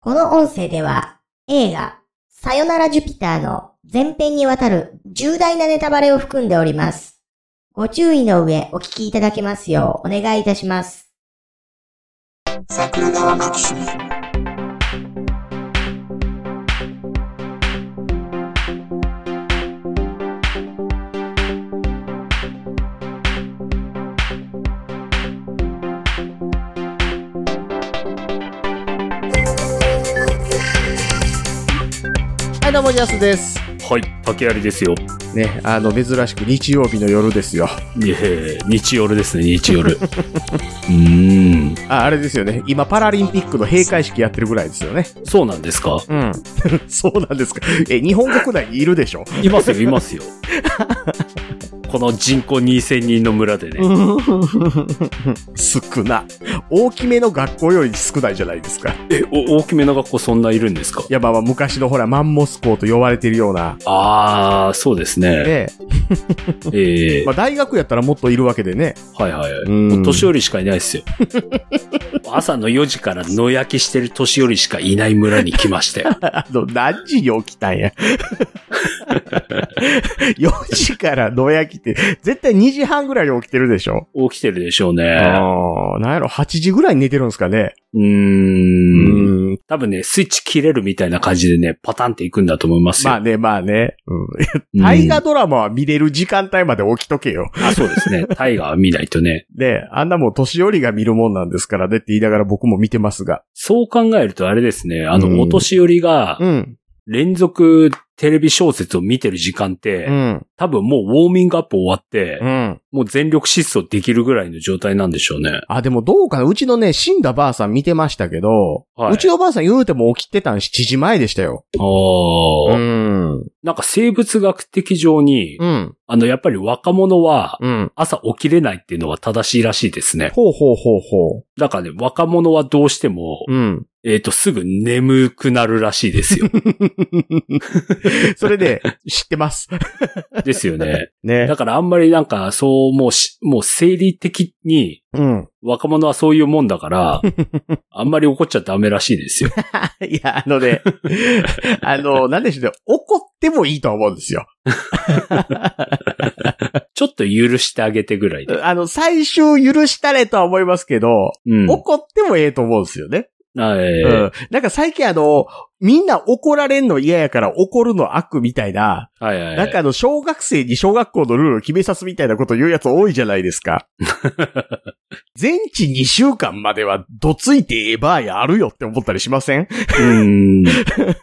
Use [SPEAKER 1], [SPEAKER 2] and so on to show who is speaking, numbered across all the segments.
[SPEAKER 1] この音声では映画さよならジュピターの前編にわたる重大なネタバレを含んでおります。ご注意の上お聞きいただけますようお願いいたします。
[SPEAKER 2] 桜川マキシム
[SPEAKER 3] はい、どうも、ジャスです。
[SPEAKER 4] はい、竹槍ですよ。
[SPEAKER 3] ね、あの、珍しく日曜日の夜ですよ。
[SPEAKER 4] えー日夜ですね、日夜。うーん、
[SPEAKER 3] あ、あれですよね。今、パラリンピックの閉会式やってるぐらいですよね。
[SPEAKER 4] そうなんですか
[SPEAKER 3] うん。 そうなんですか。え、日本国内にいるで しょ
[SPEAKER 4] いますよ、いますよ。この人口2000人の村でね。
[SPEAKER 3] 少な。大きめの学校より少ないじゃないですか。い
[SPEAKER 4] え、お大きめの学校そんないるんですか
[SPEAKER 3] や、まあまあ、昔のほら、マンモス校と呼ばれてるような。
[SPEAKER 4] あー、そうですね。
[SPEAKER 3] ね、
[SPEAKER 4] えー
[SPEAKER 3] まあ、大学やったらもっといるわけでね。
[SPEAKER 4] はいはいはい。
[SPEAKER 3] ん
[SPEAKER 4] もう年寄りしかいないですよ。朝の4時から野焼きしてる年寄りしかいない村に来 ましたよ。
[SPEAKER 3] あの、何時に起きたんや。4時から野焼きって、絶対2時半ぐらいに起きてるでしょ
[SPEAKER 4] 起きてるでしょうね。
[SPEAKER 3] あーなんやろ、8時ぐらいに寝てるんですかね。
[SPEAKER 4] うー。
[SPEAKER 3] うんん。
[SPEAKER 4] 多分ね、スイッチ切れるみたいな感じでね、パタンっていくんだと思いますよ。
[SPEAKER 3] まあね、まあね。う。
[SPEAKER 4] うんん
[SPEAKER 3] 大河ドラマは見れる時間帯まで起きとけよ。
[SPEAKER 4] あ、そうですね。タイガー見ないとね。
[SPEAKER 3] ねあんなもん年寄りが見るもんなんですからねって言いながら僕も見てますが。
[SPEAKER 4] そう考えるとあれですね。あの、
[SPEAKER 3] うん
[SPEAKER 4] お年寄りが
[SPEAKER 3] ん。
[SPEAKER 4] 連続テレビ小説を見てる時間って、
[SPEAKER 3] ん。
[SPEAKER 4] 多分もうウォーミングアップ終わって、
[SPEAKER 3] ん。
[SPEAKER 4] もう全力疾走できるぐらいの状態なんでしょうね。
[SPEAKER 3] あ、でもどうかなうちのね、死んだばあさん見てましたけど、
[SPEAKER 4] はいう
[SPEAKER 3] ちのばあさん言うても起きてたん7時前でしたよ。
[SPEAKER 4] ああ、
[SPEAKER 3] ん。
[SPEAKER 4] なんか生物学的上に、
[SPEAKER 3] うん。
[SPEAKER 4] あの、やっぱり若者は、
[SPEAKER 3] うん。
[SPEAKER 4] 朝起きれないっていうのは正しいらしいですね。
[SPEAKER 3] ほうほうほうほ
[SPEAKER 4] だからね、若者はどうしても、
[SPEAKER 3] う。うん。
[SPEAKER 4] えっ、と、すぐ眠くなるらしいで すよ。
[SPEAKER 3] それ で、知ってます。
[SPEAKER 4] ですよね。
[SPEAKER 3] ね
[SPEAKER 4] だ。からあんまりなんか、そう、もうし、もう生理的に、
[SPEAKER 3] うん。
[SPEAKER 4] 若者はそういうもん だから、あんまり怒っちゃダメらしいですよ。
[SPEAKER 3] いや、あの ね、あの、なんでしょうね、怒ってもいいとは思うんですよ。
[SPEAKER 4] ちょっと許してあげてぐらいで。
[SPEAKER 3] あの、最終許したれとは思いますけど、
[SPEAKER 4] うん。
[SPEAKER 3] 怒ってもええと思うんですよね。
[SPEAKER 4] あえ
[SPEAKER 3] う
[SPEAKER 4] ー
[SPEAKER 3] ん。なんか最近あの、みんな怒られんの嫌やから怒るの悪みたいな、
[SPEAKER 4] はいはい。
[SPEAKER 3] なんかあの、小学生に小学校のルールを決めさすみたいなこと言うやつ多いじゃないです か。全治2週間まではどついてええ場合あるよって思ったりしません
[SPEAKER 4] うん。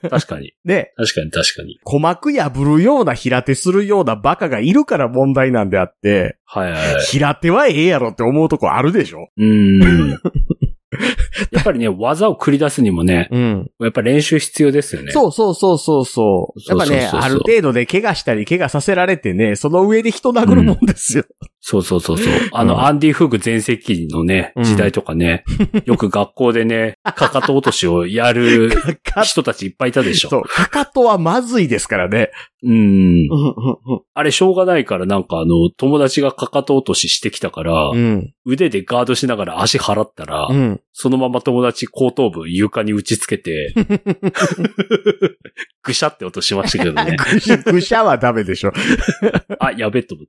[SPEAKER 4] 確かに。
[SPEAKER 3] ね、
[SPEAKER 4] 確かに確かに。
[SPEAKER 3] 鼓膜破るような平手するようなバカがいるから問題なんであって、
[SPEAKER 4] はいはい。
[SPEAKER 3] 平手はええやろって思うとこあるでしょ
[SPEAKER 4] うん。やっぱりね、技を繰り出すにもね、
[SPEAKER 3] うん。
[SPEAKER 4] やっぱ練習必要ですよね。う。
[SPEAKER 3] そうそうそうそうそう。やっぱね、
[SPEAKER 4] そうそうそうそう
[SPEAKER 3] ある程度で怪我したり怪我させられてね、その上で人殴るもんですよ。
[SPEAKER 4] そうそうそうそう。あ
[SPEAKER 3] う
[SPEAKER 4] の、
[SPEAKER 3] ん
[SPEAKER 4] アンディ・フーグ全盛期のね、
[SPEAKER 3] うん
[SPEAKER 4] 時代とかね、よく学校でね、かかと落としをやる
[SPEAKER 3] か
[SPEAKER 4] 人たちいっぱいいたでし
[SPEAKER 3] そう、
[SPEAKER 4] ょ。
[SPEAKER 3] かかとはまずいですからね。
[SPEAKER 4] うん。
[SPEAKER 3] う
[SPEAKER 4] あれ、しょうがないから、なんかあの、友達がかかと落とししてきたから、
[SPEAKER 3] ん。
[SPEAKER 4] 腕でガードしながら足払ったら、
[SPEAKER 3] うん。
[SPEAKER 4] そのまま友達後頭部床に打ちつけ て、ぐしゃって音しましたけどね。
[SPEAKER 3] ぐしゃ、ぐしゃはダメでしょ。
[SPEAKER 4] あ、やべっと思っ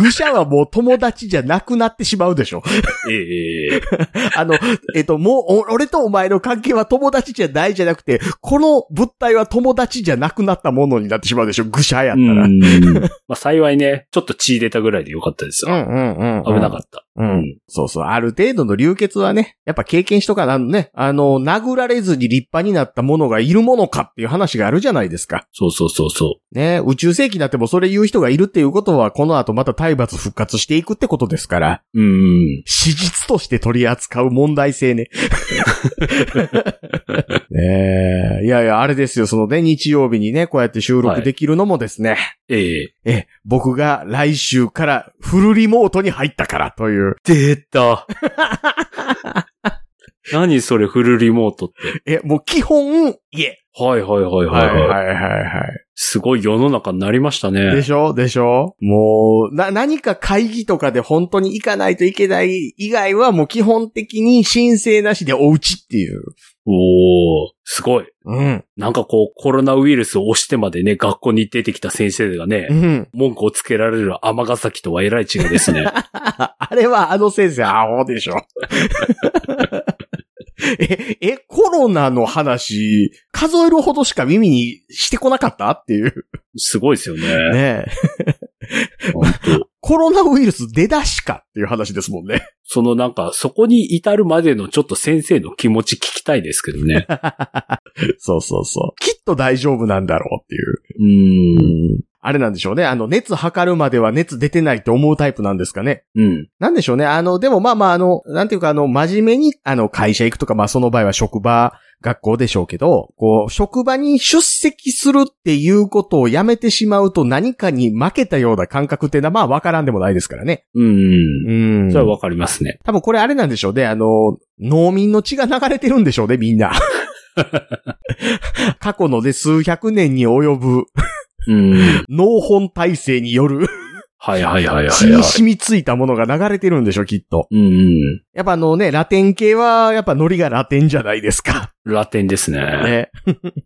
[SPEAKER 3] ぐしゃはもう友達じゃなくなってしまうでしょ。
[SPEAKER 4] て。ええええ
[SPEAKER 3] あの、えっと、もう、お俺とお前の関係は友達じゃないじゃなくて、この物体は友達じゃなくなったものになってしまうでしょ。ぐしゃや
[SPEAKER 4] う
[SPEAKER 3] ったら。
[SPEAKER 4] ん。まあ幸いね、ちょっと血出たぐらいでよかったですよ。
[SPEAKER 3] うん
[SPEAKER 4] 危なかった。
[SPEAKER 3] うん。そうそう。ある程度の流血はね、やっぱ経験しとかなんね。あの、殴られずに立派になったものがいるものかっていう話があるじゃないですか。
[SPEAKER 4] そうそうそうそ
[SPEAKER 3] ね宇宙世紀になってもそれ言う人がいるっていうことは、この後また体罰復活していくってことですから、
[SPEAKER 4] う。うん。
[SPEAKER 3] 史実として取り扱う問題性ね。ねえいやいや、あれですよ。そのね、日曜日にね、こうやって収録できるのもですね。
[SPEAKER 4] ええ
[SPEAKER 3] え、僕が来週から フルリモートに入ったからという。
[SPEAKER 4] 出た。何それフルリモートって。
[SPEAKER 3] え、もう基本、家。
[SPEAKER 4] はいはいはいはい。はい、
[SPEAKER 3] いは
[SPEAKER 4] すごい世の中になりました
[SPEAKER 3] で
[SPEAKER 4] ね。
[SPEAKER 3] しょでしょもう、な、何か会議とかで本当に行かないといけない以外はもう基本的に申請なしでお家っていう。
[SPEAKER 4] おー、すごい。
[SPEAKER 3] うん。
[SPEAKER 4] なんかこうコロナウイルスを押してまでね、学校に出てきた先生がね
[SPEAKER 3] う、ん。
[SPEAKER 4] 文句をつけられる天ヶ崎とはえらい違いです ね。
[SPEAKER 3] あれはあの先生、アホでしょ。 え、え、コロナの話、数えるほどしか耳にしてこなかったっていう。
[SPEAKER 4] すごいですよね。
[SPEAKER 3] ねえ
[SPEAKER 4] ほんと
[SPEAKER 3] コロナウイルス出だしかっていう話ですもんね。
[SPEAKER 4] そのなんか、そこに至るまでのちょっと先生の気持ち聞きたいですけど ね。
[SPEAKER 3] そうそうそう。きっと大丈夫なんだろうっていう。
[SPEAKER 4] うーん。
[SPEAKER 3] あれなんでしょうね。あの、熱測るまでは熱出てないって思うタイプなんですかね。
[SPEAKER 4] うん。
[SPEAKER 3] なんでしょうね。あの、でもまあまあ、あの、なんていうか、あの、真面目に、あの、会社行くとか、まあその場合は職場、学校でしょうけど、こう、職場に出席するっていうことをやめてしまうと何かに負けたような感覚ってのは、まあわからんでもないですからね。
[SPEAKER 4] うん。
[SPEAKER 3] ん
[SPEAKER 4] それはわかりますね。
[SPEAKER 3] 多分これあれなんでしょうね。あの、農民の血が流れてるんでしょうね、みんな。過去ので数百年に及ぶ
[SPEAKER 4] うん。
[SPEAKER 3] 農本体制による
[SPEAKER 4] はいはいはいはい、
[SPEAKER 3] 血に
[SPEAKER 4] はい。
[SPEAKER 3] 染みついたものが流れてるんでしょ、きっと。
[SPEAKER 4] うん。
[SPEAKER 3] やっぱあのね、ラテン系は、やっぱノリがラテンじゃないですか。
[SPEAKER 4] ラテンですね。
[SPEAKER 3] ね。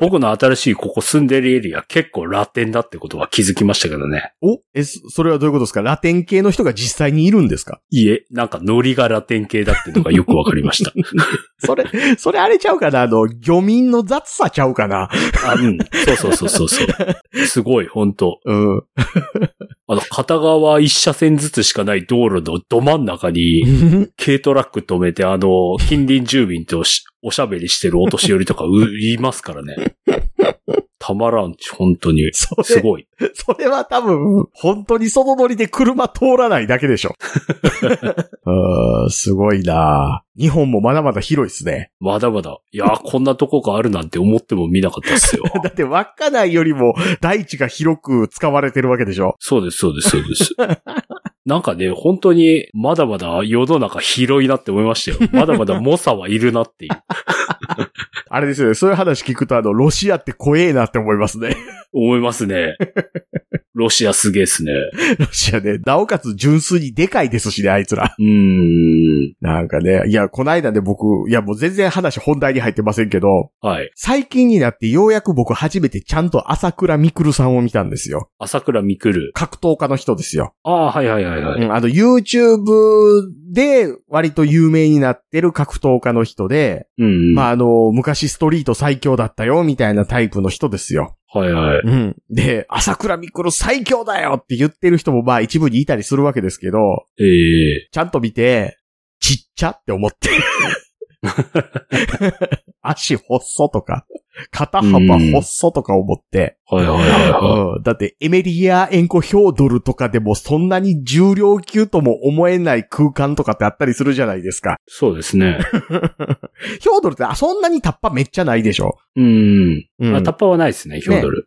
[SPEAKER 4] 僕の新しいここ住んでるエリア結構ラテンだってことは気づきましたけどね。
[SPEAKER 3] おえ、そそれはどういうことですかラテン系の人が実際にいるんですか
[SPEAKER 4] いえ、なんかノリがラテン系だってのがよくわかりました。
[SPEAKER 3] それ、それあれちゃうかなあの、漁民の雑さちゃうかな
[SPEAKER 4] あ、うん。そうそうそうそうそう。すごい、本当
[SPEAKER 3] うん。
[SPEAKER 4] あの、片側一車線ずつしかない道路のど真ん中に、軽トラック止めて、あの、近隣住民としおしゃべりしてるお年寄りとかういますからね。たまらんち、本当に。
[SPEAKER 3] そ
[SPEAKER 4] す
[SPEAKER 3] れ、
[SPEAKER 4] ごい。
[SPEAKER 3] それは多分、本当にそのノリで車通らないだけで しょ。うーん、すごいな日本もまだまだ広いですね。
[SPEAKER 4] まだまだ。いやー、こんなとこがあるなんて思っても見なかったっすよ。
[SPEAKER 3] だって、稚内よりも大地が広く使われてるわけでしょ。
[SPEAKER 4] そうです、そうです、そうです。 なんかね、本当に、まだまだ世の中広いなって思いましたよ。まだまだ猛者はいるなっていう、
[SPEAKER 3] あれですよね。そういう話聞くと、あの、ロシアって怖えなって思いますね。
[SPEAKER 4] 思いますね。ロシアすげえっすね。
[SPEAKER 3] ロシアね、なおかつ純粋にでかいですしね、あいつら。
[SPEAKER 4] うーん。
[SPEAKER 3] なんかね、いや、こないだね、僕、いや、もう全然話本題に入ってませんけど、
[SPEAKER 4] はい。
[SPEAKER 3] 最近になってようやく僕初めてちゃんと朝倉みくるさんを見たんですよ。
[SPEAKER 4] 朝倉未来。
[SPEAKER 3] 格闘家の人ですよ。
[SPEAKER 4] ああ、はいはいはいはい。
[SPEAKER 3] うん、あの、YouTube で割と有名になってる格闘家の人で、
[SPEAKER 4] うん。
[SPEAKER 3] まあ、あの、昔ストリート最強だったよ、みたいなタイプの人ですよ。
[SPEAKER 4] はいはい。
[SPEAKER 3] うん。で、朝倉みくる最強だよって言ってる人もまあ一部にいたりするわけですけど、
[SPEAKER 4] ええ
[SPEAKER 3] ちゃんと見て、ちっちゃって思 って。足細とか、肩幅細とか思って。
[SPEAKER 4] はいはいはいは
[SPEAKER 3] うんだって、エメリア・エンコ・ヒョードルとかでもそんなに重量級とも思えない空間とかってあったりするじゃないですか。
[SPEAKER 4] い。そうですね。
[SPEAKER 3] ヒョードルってあそんなにタッパめっちゃないでしょ。
[SPEAKER 4] うん。
[SPEAKER 3] うん
[SPEAKER 4] あタッパはないですね、ヒョードル。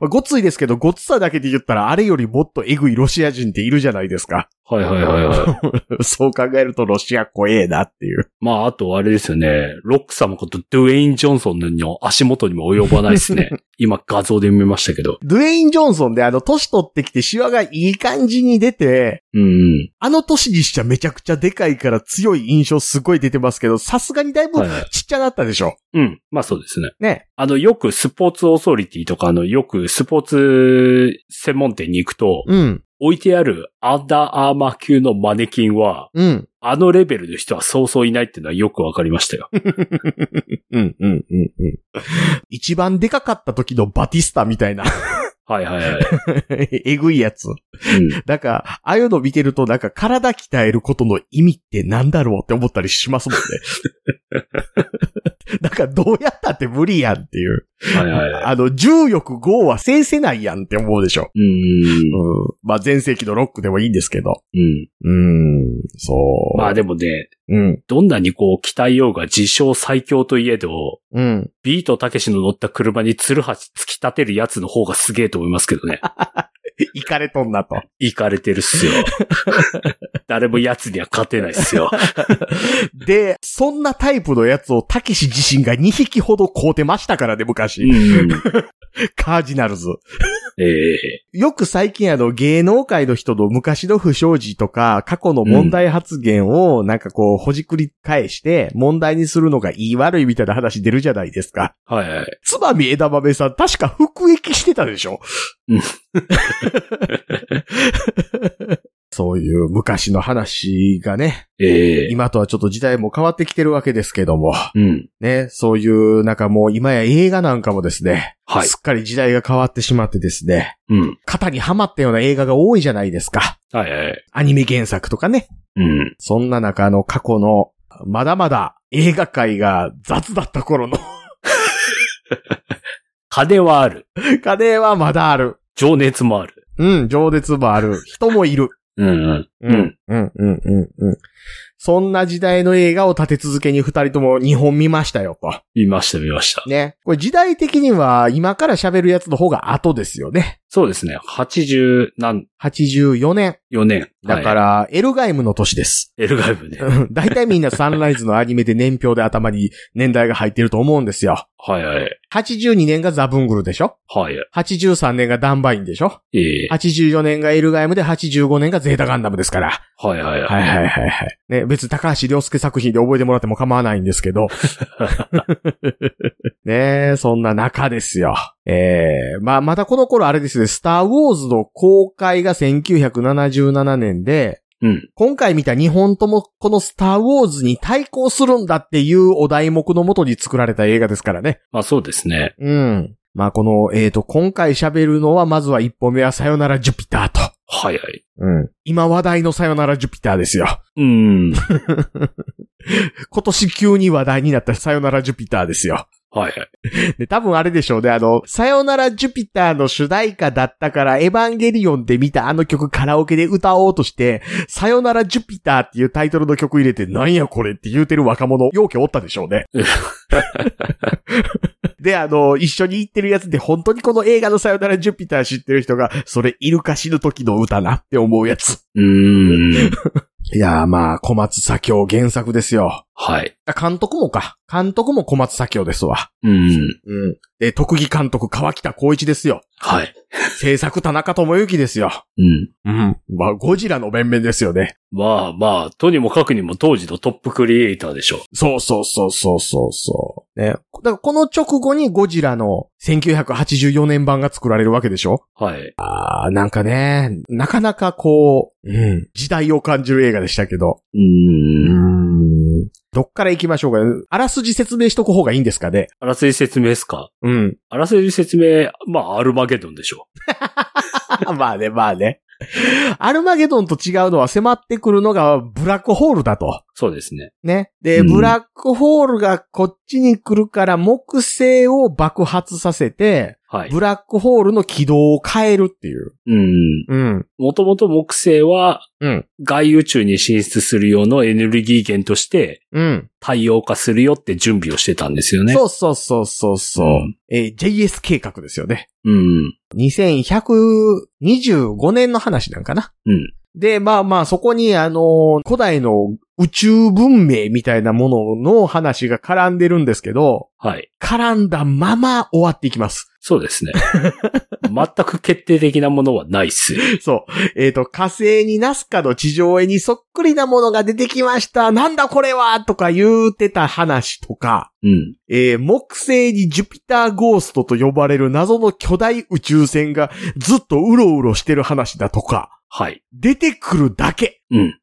[SPEAKER 3] まあごついですけど、ごつさだけで言ったらあれよりもっとエグいロシア人っているじゃないですか。
[SPEAKER 4] はいはいはいは い。
[SPEAKER 3] そう考えるとロシア怖えなっていう。
[SPEAKER 4] まあ、あとあれですよね。ロック様ことドゥエイン・ジョンソンの足元にも及ばないですね。今画像で見ましたけど。
[SPEAKER 3] ドゥエイン・ジョンソンであの、年取ってきてシワがいい感じに出て、
[SPEAKER 4] うんうん。
[SPEAKER 3] あの年にしちゃめちゃくちゃでかいから強い印象すごい出てますけど、さすがにだいぶ
[SPEAKER 4] はいはい
[SPEAKER 3] ちっちゃなったでしょ。
[SPEAKER 4] うん。まあそうですね。
[SPEAKER 3] ね。
[SPEAKER 4] あの、よくスポーツオーソリティとか、あの、よくスポーツ専門店に行くと、
[SPEAKER 3] うん。
[SPEAKER 4] 置いてあるアンダーアーマー級のマネキンは、
[SPEAKER 3] うん。
[SPEAKER 4] あのレベルの人はそうそういないっていうのはよくわかりましたよ。
[SPEAKER 3] うん、うん、うん、うん。一番でかかった時のバティスタみたいな、
[SPEAKER 4] はいはい はい。
[SPEAKER 3] えぐいやつ。
[SPEAKER 4] うん
[SPEAKER 3] なんか、ああいうの見てると、なんか体鍛えることの意味ってなんだろうって思ったりしますもんね。 なんかどうやったって無理やんっていう。
[SPEAKER 4] はいはいはい。
[SPEAKER 3] あの、重力5は制せないやんって思うでしょ。
[SPEAKER 4] うん。
[SPEAKER 3] うん。まあ、前世紀のロックでもいいんですけど。
[SPEAKER 4] うん。
[SPEAKER 3] うん、そう。
[SPEAKER 4] まあでもね、
[SPEAKER 3] うん、
[SPEAKER 4] どんなにこう、鍛えようが自称最強といえど、
[SPEAKER 3] うん。
[SPEAKER 4] ビートたけしの乗った車にツルハシ突き立てるやつの方がすげえと思いますけどね。
[SPEAKER 3] 行かれとんなと。
[SPEAKER 4] 行かれてるっ すよ。誰も奴には勝てないっすよ。
[SPEAKER 3] で、そんなタイプのやつをたけし自身が2匹ほど買うてましたからね、
[SPEAKER 4] う
[SPEAKER 3] 昔。
[SPEAKER 4] ん。
[SPEAKER 3] カージナルズ。
[SPEAKER 4] ええ
[SPEAKER 3] よく最近あの芸能界の人の昔の不祥事とか過去の問題発言をなんかこうほじくり返して問題にするのがいい悪いみたいな話出るじゃないですか。
[SPEAKER 4] はいはい。
[SPEAKER 3] つまみ枝豆さん確か服役してたでしょ
[SPEAKER 4] うん
[SPEAKER 3] そういう昔の話がね、
[SPEAKER 4] ええ
[SPEAKER 3] 今とはちょっと時代も変わってきてるわけですけども、
[SPEAKER 4] うん。
[SPEAKER 3] ね、そういうなんかもう今や映画なんかもですね、
[SPEAKER 4] はい。
[SPEAKER 3] すっかり時代が変わってしまってですね、
[SPEAKER 4] うん。
[SPEAKER 3] 型にはまったような映画が多いじゃないですか。
[SPEAKER 4] はいはい。
[SPEAKER 3] アニメ原作とかね。
[SPEAKER 4] うん。
[SPEAKER 3] そんな中あの過去の、まだまだ映画界が雑だった頃の
[SPEAKER 4] 金はある。
[SPEAKER 3] 金はまだある。
[SPEAKER 4] 情熱もある。
[SPEAKER 3] うん、情熱もある。 人もいる。
[SPEAKER 4] うんうん。うん。
[SPEAKER 3] うん、うん、うん、うん。そんな時代の映画を立て続けに二人とも日本見ましたよ、と。
[SPEAKER 4] 見ました見ました。
[SPEAKER 3] ね。これ時代的には今から喋るやつの方が後ですよね。
[SPEAKER 4] そうですね。80何、
[SPEAKER 3] 84年。
[SPEAKER 4] 4年。。
[SPEAKER 3] だからら、エルガイムの年です。
[SPEAKER 4] エルガイブね。
[SPEAKER 3] 大体みんなサンライズのアニメで年表で頭に年代が入ってると思うんですよ。
[SPEAKER 4] はいはい。
[SPEAKER 3] 82年がザブングルでしょ
[SPEAKER 4] はい。
[SPEAKER 3] ?83 年がダンバインでしょ
[SPEAKER 4] ええ
[SPEAKER 3] ?84 年がエルガイムで85年がゼータガンダムですから。
[SPEAKER 4] はいはいはい。
[SPEAKER 3] はいはいはいはい。ね、別に高橋良介作品で覚えてもらっても構わないんですけ ど。ねえ、そんな中ですよ。ええまあ、またこの頃あれですね、スターウォーズの公開が1977年で、
[SPEAKER 4] うん。
[SPEAKER 3] 今回見た日本ともこのスターウォーズに対抗するんだっていうお題目のもとに作られた映画ですからね。
[SPEAKER 4] まあそうですね。
[SPEAKER 3] うん。まあ、この、えー、と、今回喋るのは、まずは一本目はさよならジュピターと。
[SPEAKER 4] はいはい。
[SPEAKER 3] うん。今話題のさよならジュピターですよ。
[SPEAKER 4] うん。
[SPEAKER 3] 今年急に話題になったさよならジュピターですよ。
[SPEAKER 4] はいはい。
[SPEAKER 3] で、多分あれでしょうね。あの、さよならジュピターの主題歌だったから、エヴァンゲリオンで見たあの曲カラオケで歌おうとして、さよならジュピターっていうタイトルの曲入れて、なんやこれって言うてる若者、ようけおったでしょうね。 で、あの、一緒に行ってるやつで、本当にこの映画のさよならジュピター知ってる人が、それイルカ死ぬ時の歌なって思うやつ。
[SPEAKER 4] うーん。
[SPEAKER 3] いやーまあ、小松左京原作ですよ。
[SPEAKER 4] はい。
[SPEAKER 3] あ監督もか。監督も小松左京ですわ。
[SPEAKER 4] うん。
[SPEAKER 3] うん。で、特技監督川北光一ですよ。
[SPEAKER 4] はい。
[SPEAKER 3] 制作田中智之ですよ。
[SPEAKER 4] うん。
[SPEAKER 3] うん。まあ、ゴジラの面々ですよね。
[SPEAKER 4] まあまあ、とにもかくにも当時のトップクリエイターでしょ。
[SPEAKER 3] そうそうそうそうそうそう。ね。だからこの直後にゴジラの1984年版が作られるわけでしょ
[SPEAKER 4] はい。
[SPEAKER 3] あーなんかね、なかなかこう、うん、時代を感じる映画でしたけど。
[SPEAKER 4] う
[SPEAKER 3] う
[SPEAKER 4] ーん。
[SPEAKER 3] ん。どっから行きましょうか。あらすじ説明しとく方がいいんですかね。
[SPEAKER 4] あらすじ説明ですか
[SPEAKER 3] うん。
[SPEAKER 4] あらすじ説明、まあ、アルマゲドンでしょ。
[SPEAKER 3] まあね、まあね。アルマゲドンと違うのは迫ってくるのがブラックホールだと。
[SPEAKER 4] そうですね。
[SPEAKER 3] ね。で、
[SPEAKER 4] うん
[SPEAKER 3] ブラックホールがこっちに来るから木星を爆発させて、
[SPEAKER 4] はい。
[SPEAKER 3] ブラックホールの軌道を変えるっていう。
[SPEAKER 4] うん。
[SPEAKER 3] うん。
[SPEAKER 4] もともと木星は、
[SPEAKER 3] うん
[SPEAKER 4] 外宇宙に進出する用のエネルギー源として、
[SPEAKER 3] うん。
[SPEAKER 4] 太陽化するよって準備をしてたんですよね。
[SPEAKER 3] そうそうそうそうそう。
[SPEAKER 4] うん
[SPEAKER 3] えー JS 計画ですよね。
[SPEAKER 4] うん。
[SPEAKER 3] 2125年の話なんかな。
[SPEAKER 4] うん。
[SPEAKER 3] で、まあまあ、そこに、あの、古代の宇宙文明みたいなものの話が絡んでるんですけど、
[SPEAKER 4] はい。
[SPEAKER 3] 絡んだまま終わっていきます。
[SPEAKER 4] そうですね。全く決定的なものはないっすよ。
[SPEAKER 3] そう。えっ、と、火星にナスカの地上絵にそっくりなものが出てきました。なんだこれはとか言うてた話とか、
[SPEAKER 4] うん。
[SPEAKER 3] えー木星にジュピターゴーストと呼ばれる謎の巨大宇宙船がずっとうろうろしてる話だとか、
[SPEAKER 4] はい。
[SPEAKER 3] 出てくるだけ。
[SPEAKER 4] うん。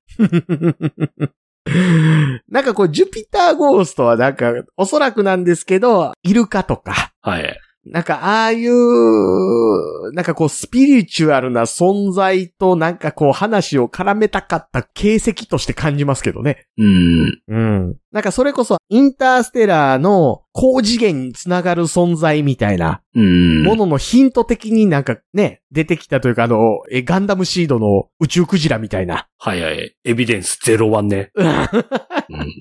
[SPEAKER 3] なんかこう、ジュピターゴーストはなんか、おそらくなんですけど、イルカとか、
[SPEAKER 4] はい。
[SPEAKER 3] なんかああいう、なんかこう、スピリチュアルな存在となんかこう、話を絡めたかった形跡として感じますけどね。
[SPEAKER 4] うん。
[SPEAKER 3] うん。なんかそれこそ、インターステラーの高次元につながる存在みたいな
[SPEAKER 4] うん。
[SPEAKER 3] もののヒント的になんかね、出てきたというかあの、えガンダムシードの宇宙クジラみたいな。
[SPEAKER 4] はいはい。エビデンス01ね。うん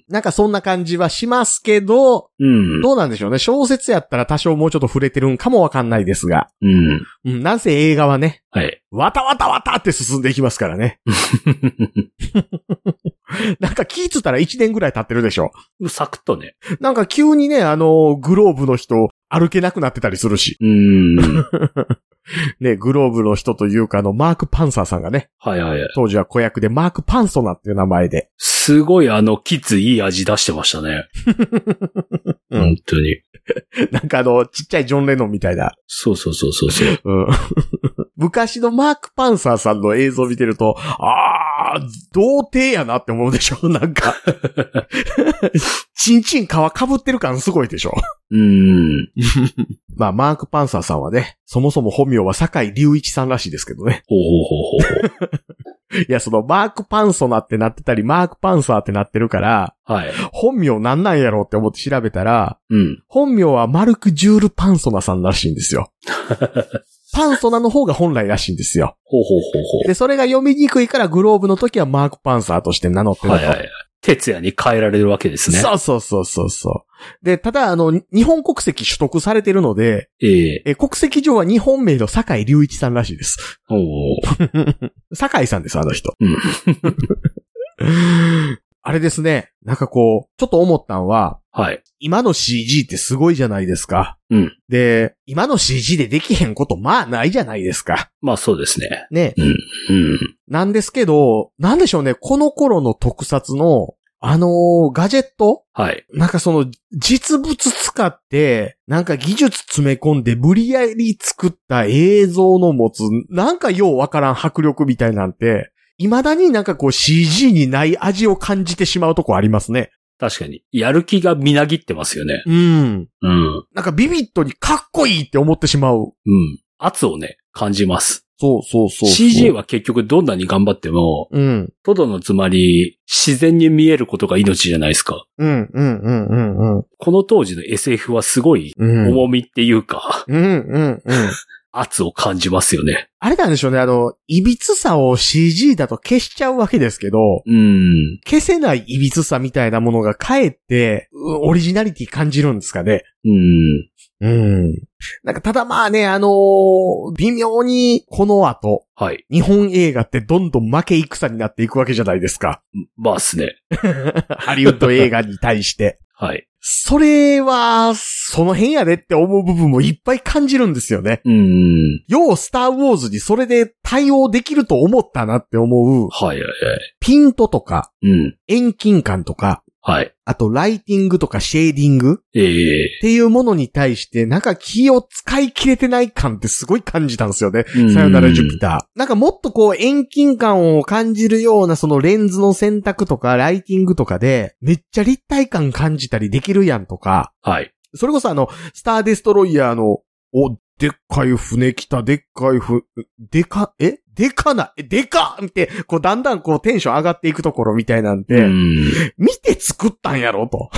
[SPEAKER 3] なんかそんな感じはしますけど、
[SPEAKER 4] うん。
[SPEAKER 3] どうなんでしょうね。小説やったら多少もうちょっと触れてるんかもわかんないですが。
[SPEAKER 4] うん。
[SPEAKER 3] うん、なんせ映画はね、
[SPEAKER 4] はい。
[SPEAKER 3] わたわたわたって進んでいきますからね。なんか気ぃつったら1年ぐらい経ってるでしょ。
[SPEAKER 4] サクッとね。
[SPEAKER 3] なんか急にね、あの、グローブの人、歩けなくなってたりするし。
[SPEAKER 4] うん。
[SPEAKER 3] ね、グローブの人というか、あの、マーク・パンサーさんがね、
[SPEAKER 4] はいはいはい。
[SPEAKER 3] 当時は子役でマーク・パンソナっていう名前で。
[SPEAKER 4] すごいあの、キッズいい味出してました ね。
[SPEAKER 3] うん
[SPEAKER 4] 本当に。
[SPEAKER 3] なんかあの、ちっちゃいジョン・レノンみたいな。
[SPEAKER 4] そうそうそうそうそう。
[SPEAKER 3] うん、 昔のマーク・パンサーさんの映像を見てると、あー、童貞やなって思うでしょなんか。ちんちん皮被ってる感すごいでしょ
[SPEAKER 4] うん。
[SPEAKER 3] まあ、マーク・パンサーさんはね、そもそも本名は坂井隆一さんらしいですけどね。
[SPEAKER 4] ほうほうほうほう
[SPEAKER 3] いや、その、マーク・パンソナってなってたり、マーク・パンサーってなってるから、
[SPEAKER 4] ほう。はい。
[SPEAKER 3] 本名なんなんやろうって思って調べたら、
[SPEAKER 4] うん。
[SPEAKER 3] 本名はマルク・ジュール・パンソナさんらしいんです よ。パンソナの方が本来らしいんですよ。
[SPEAKER 4] ほうほうほうほう。
[SPEAKER 3] で、それが読みにくいからグローブの時はマーク・パンサーとして名乗ってると。
[SPEAKER 4] はいはい。徹夜に変えられるわけですね。
[SPEAKER 3] そうそうそうそうそう。で、ただ、あの、に日本国籍取得されてるので、
[SPEAKER 4] ええ
[SPEAKER 3] え国籍上は日本名の坂井隆一さんらしいです。
[SPEAKER 4] おおー
[SPEAKER 3] 坂井さんです、あの人。
[SPEAKER 4] うん。
[SPEAKER 3] あれですね。なんかこう、ちょっと思ったんは、
[SPEAKER 4] はい。
[SPEAKER 3] 今の CG ってすごいじゃないですか。
[SPEAKER 4] うん。
[SPEAKER 3] で、今の CG でできへんこと、まあないじゃないですか。
[SPEAKER 4] まあそうですね。
[SPEAKER 3] ね。
[SPEAKER 4] うん。うん。
[SPEAKER 3] なんですけど、なんでしょうね、この頃の特撮の、あのーガジェット
[SPEAKER 4] はい。
[SPEAKER 3] なんかその、実物使って、なんか技術詰め込んで、無理やり作った映像の持つ、なんかようわからん迫力みたいなんて、未だになんかこう CG にない味を感じてしまうとこありますね。
[SPEAKER 4] 確かに。やる気がみなぎってますよね。
[SPEAKER 3] うん。
[SPEAKER 4] うん。
[SPEAKER 3] なんかビビットにかっこいいって思ってしまう。
[SPEAKER 4] うん。圧をね、感じます。
[SPEAKER 3] そうそうそ
[SPEAKER 4] CG は結局どんなに頑張っても、
[SPEAKER 3] うん。
[SPEAKER 4] トドのつまり、自然に見えることが命じゃないですか。
[SPEAKER 3] うん、うん、うん、うん、うん。
[SPEAKER 4] この当時の SF はすごい
[SPEAKER 3] うん、
[SPEAKER 4] 重みっていうか、
[SPEAKER 3] うん、うん、うん。
[SPEAKER 4] 圧を感じますよね。
[SPEAKER 3] あれなんでしょうね、あの、歪さを CG だと消しちゃうわけですけど、
[SPEAKER 4] うん。
[SPEAKER 3] 消せない歪さみたいなものがかえって、うオリジナリティ感じるんですかね。
[SPEAKER 4] うん。
[SPEAKER 3] うん。なんか、ただまあね、あのー微妙にこの後、
[SPEAKER 4] はい。
[SPEAKER 3] 日本映画ってどんどん負け戦になっていくわけじゃないですか。
[SPEAKER 4] まあっすね。
[SPEAKER 3] ハリウッド映画に対して。
[SPEAKER 4] はい。
[SPEAKER 3] それは、その辺やでって思う部分もいっぱい感じるんですよね。
[SPEAKER 4] うん。
[SPEAKER 3] よう、スターウォーズにそれで対応できると思ったなって思う、
[SPEAKER 4] はいはいはい。
[SPEAKER 3] ピントとか、
[SPEAKER 4] うん。
[SPEAKER 3] 遠近感とか、
[SPEAKER 4] はい。
[SPEAKER 3] あとライティングとかシェーディングっ
[SPEAKER 4] ええ
[SPEAKER 3] ていうものに対して、なんか気を使い切れてない感ってすごい感じたんですよね。さよならジュピター。なんかもっとこう遠近感を感じるようなそのレンズの選択とかライティングとかで、めっちゃ立体感感じたりできるやんとか、
[SPEAKER 4] ー。はい。
[SPEAKER 3] それこそあの、スターデストロイヤーの、お、でっかい船来た、でっかいふ、でか、えでかな、え、でかって、こうだんだんこうテンション上がっていくところみたいなんで、
[SPEAKER 4] うん。
[SPEAKER 3] 見て作ったんやろと。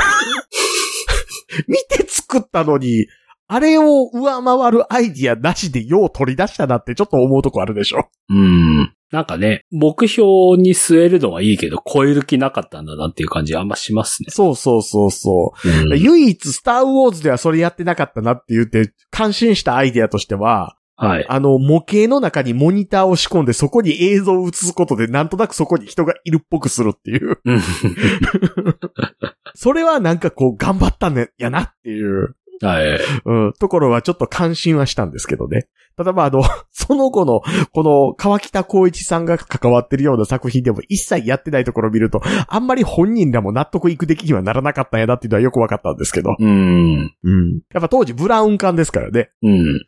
[SPEAKER 3] 見て作ったのに、あれを上回るアイディアなしでよう取り出したなってちょっと思うとこあるでしょ。
[SPEAKER 4] うん。なんかね、目標に据えるのはいいけど、超える気なかったんだなっていう感じあんましますね。
[SPEAKER 3] そうそうそうそう。
[SPEAKER 4] うん
[SPEAKER 3] 唯一、スターウォーズではそれやってなかったなって言って、感心したアイディアとしては、
[SPEAKER 4] はい。
[SPEAKER 3] あの、模型の中にモニターを仕込んで、そこに映像を映すことで、なんとなくそこに人がいるっぽくするっていう。
[SPEAKER 4] うん
[SPEAKER 3] それはなんかこう、頑張ったんだやなっていう。
[SPEAKER 4] はい。
[SPEAKER 3] うん、ところはちょっと感心はしたんですけどね。ただまあ、あの、 その後の、この、川北光一さんが関わってるような作品でも一切やってないところを見ると、あんまり本人らも納得いく出来にはならなかったんやなっていうのはよくわかったんですけど。
[SPEAKER 4] うん。
[SPEAKER 3] うん。やっぱ当時ブラウン管ですからね。
[SPEAKER 4] うん。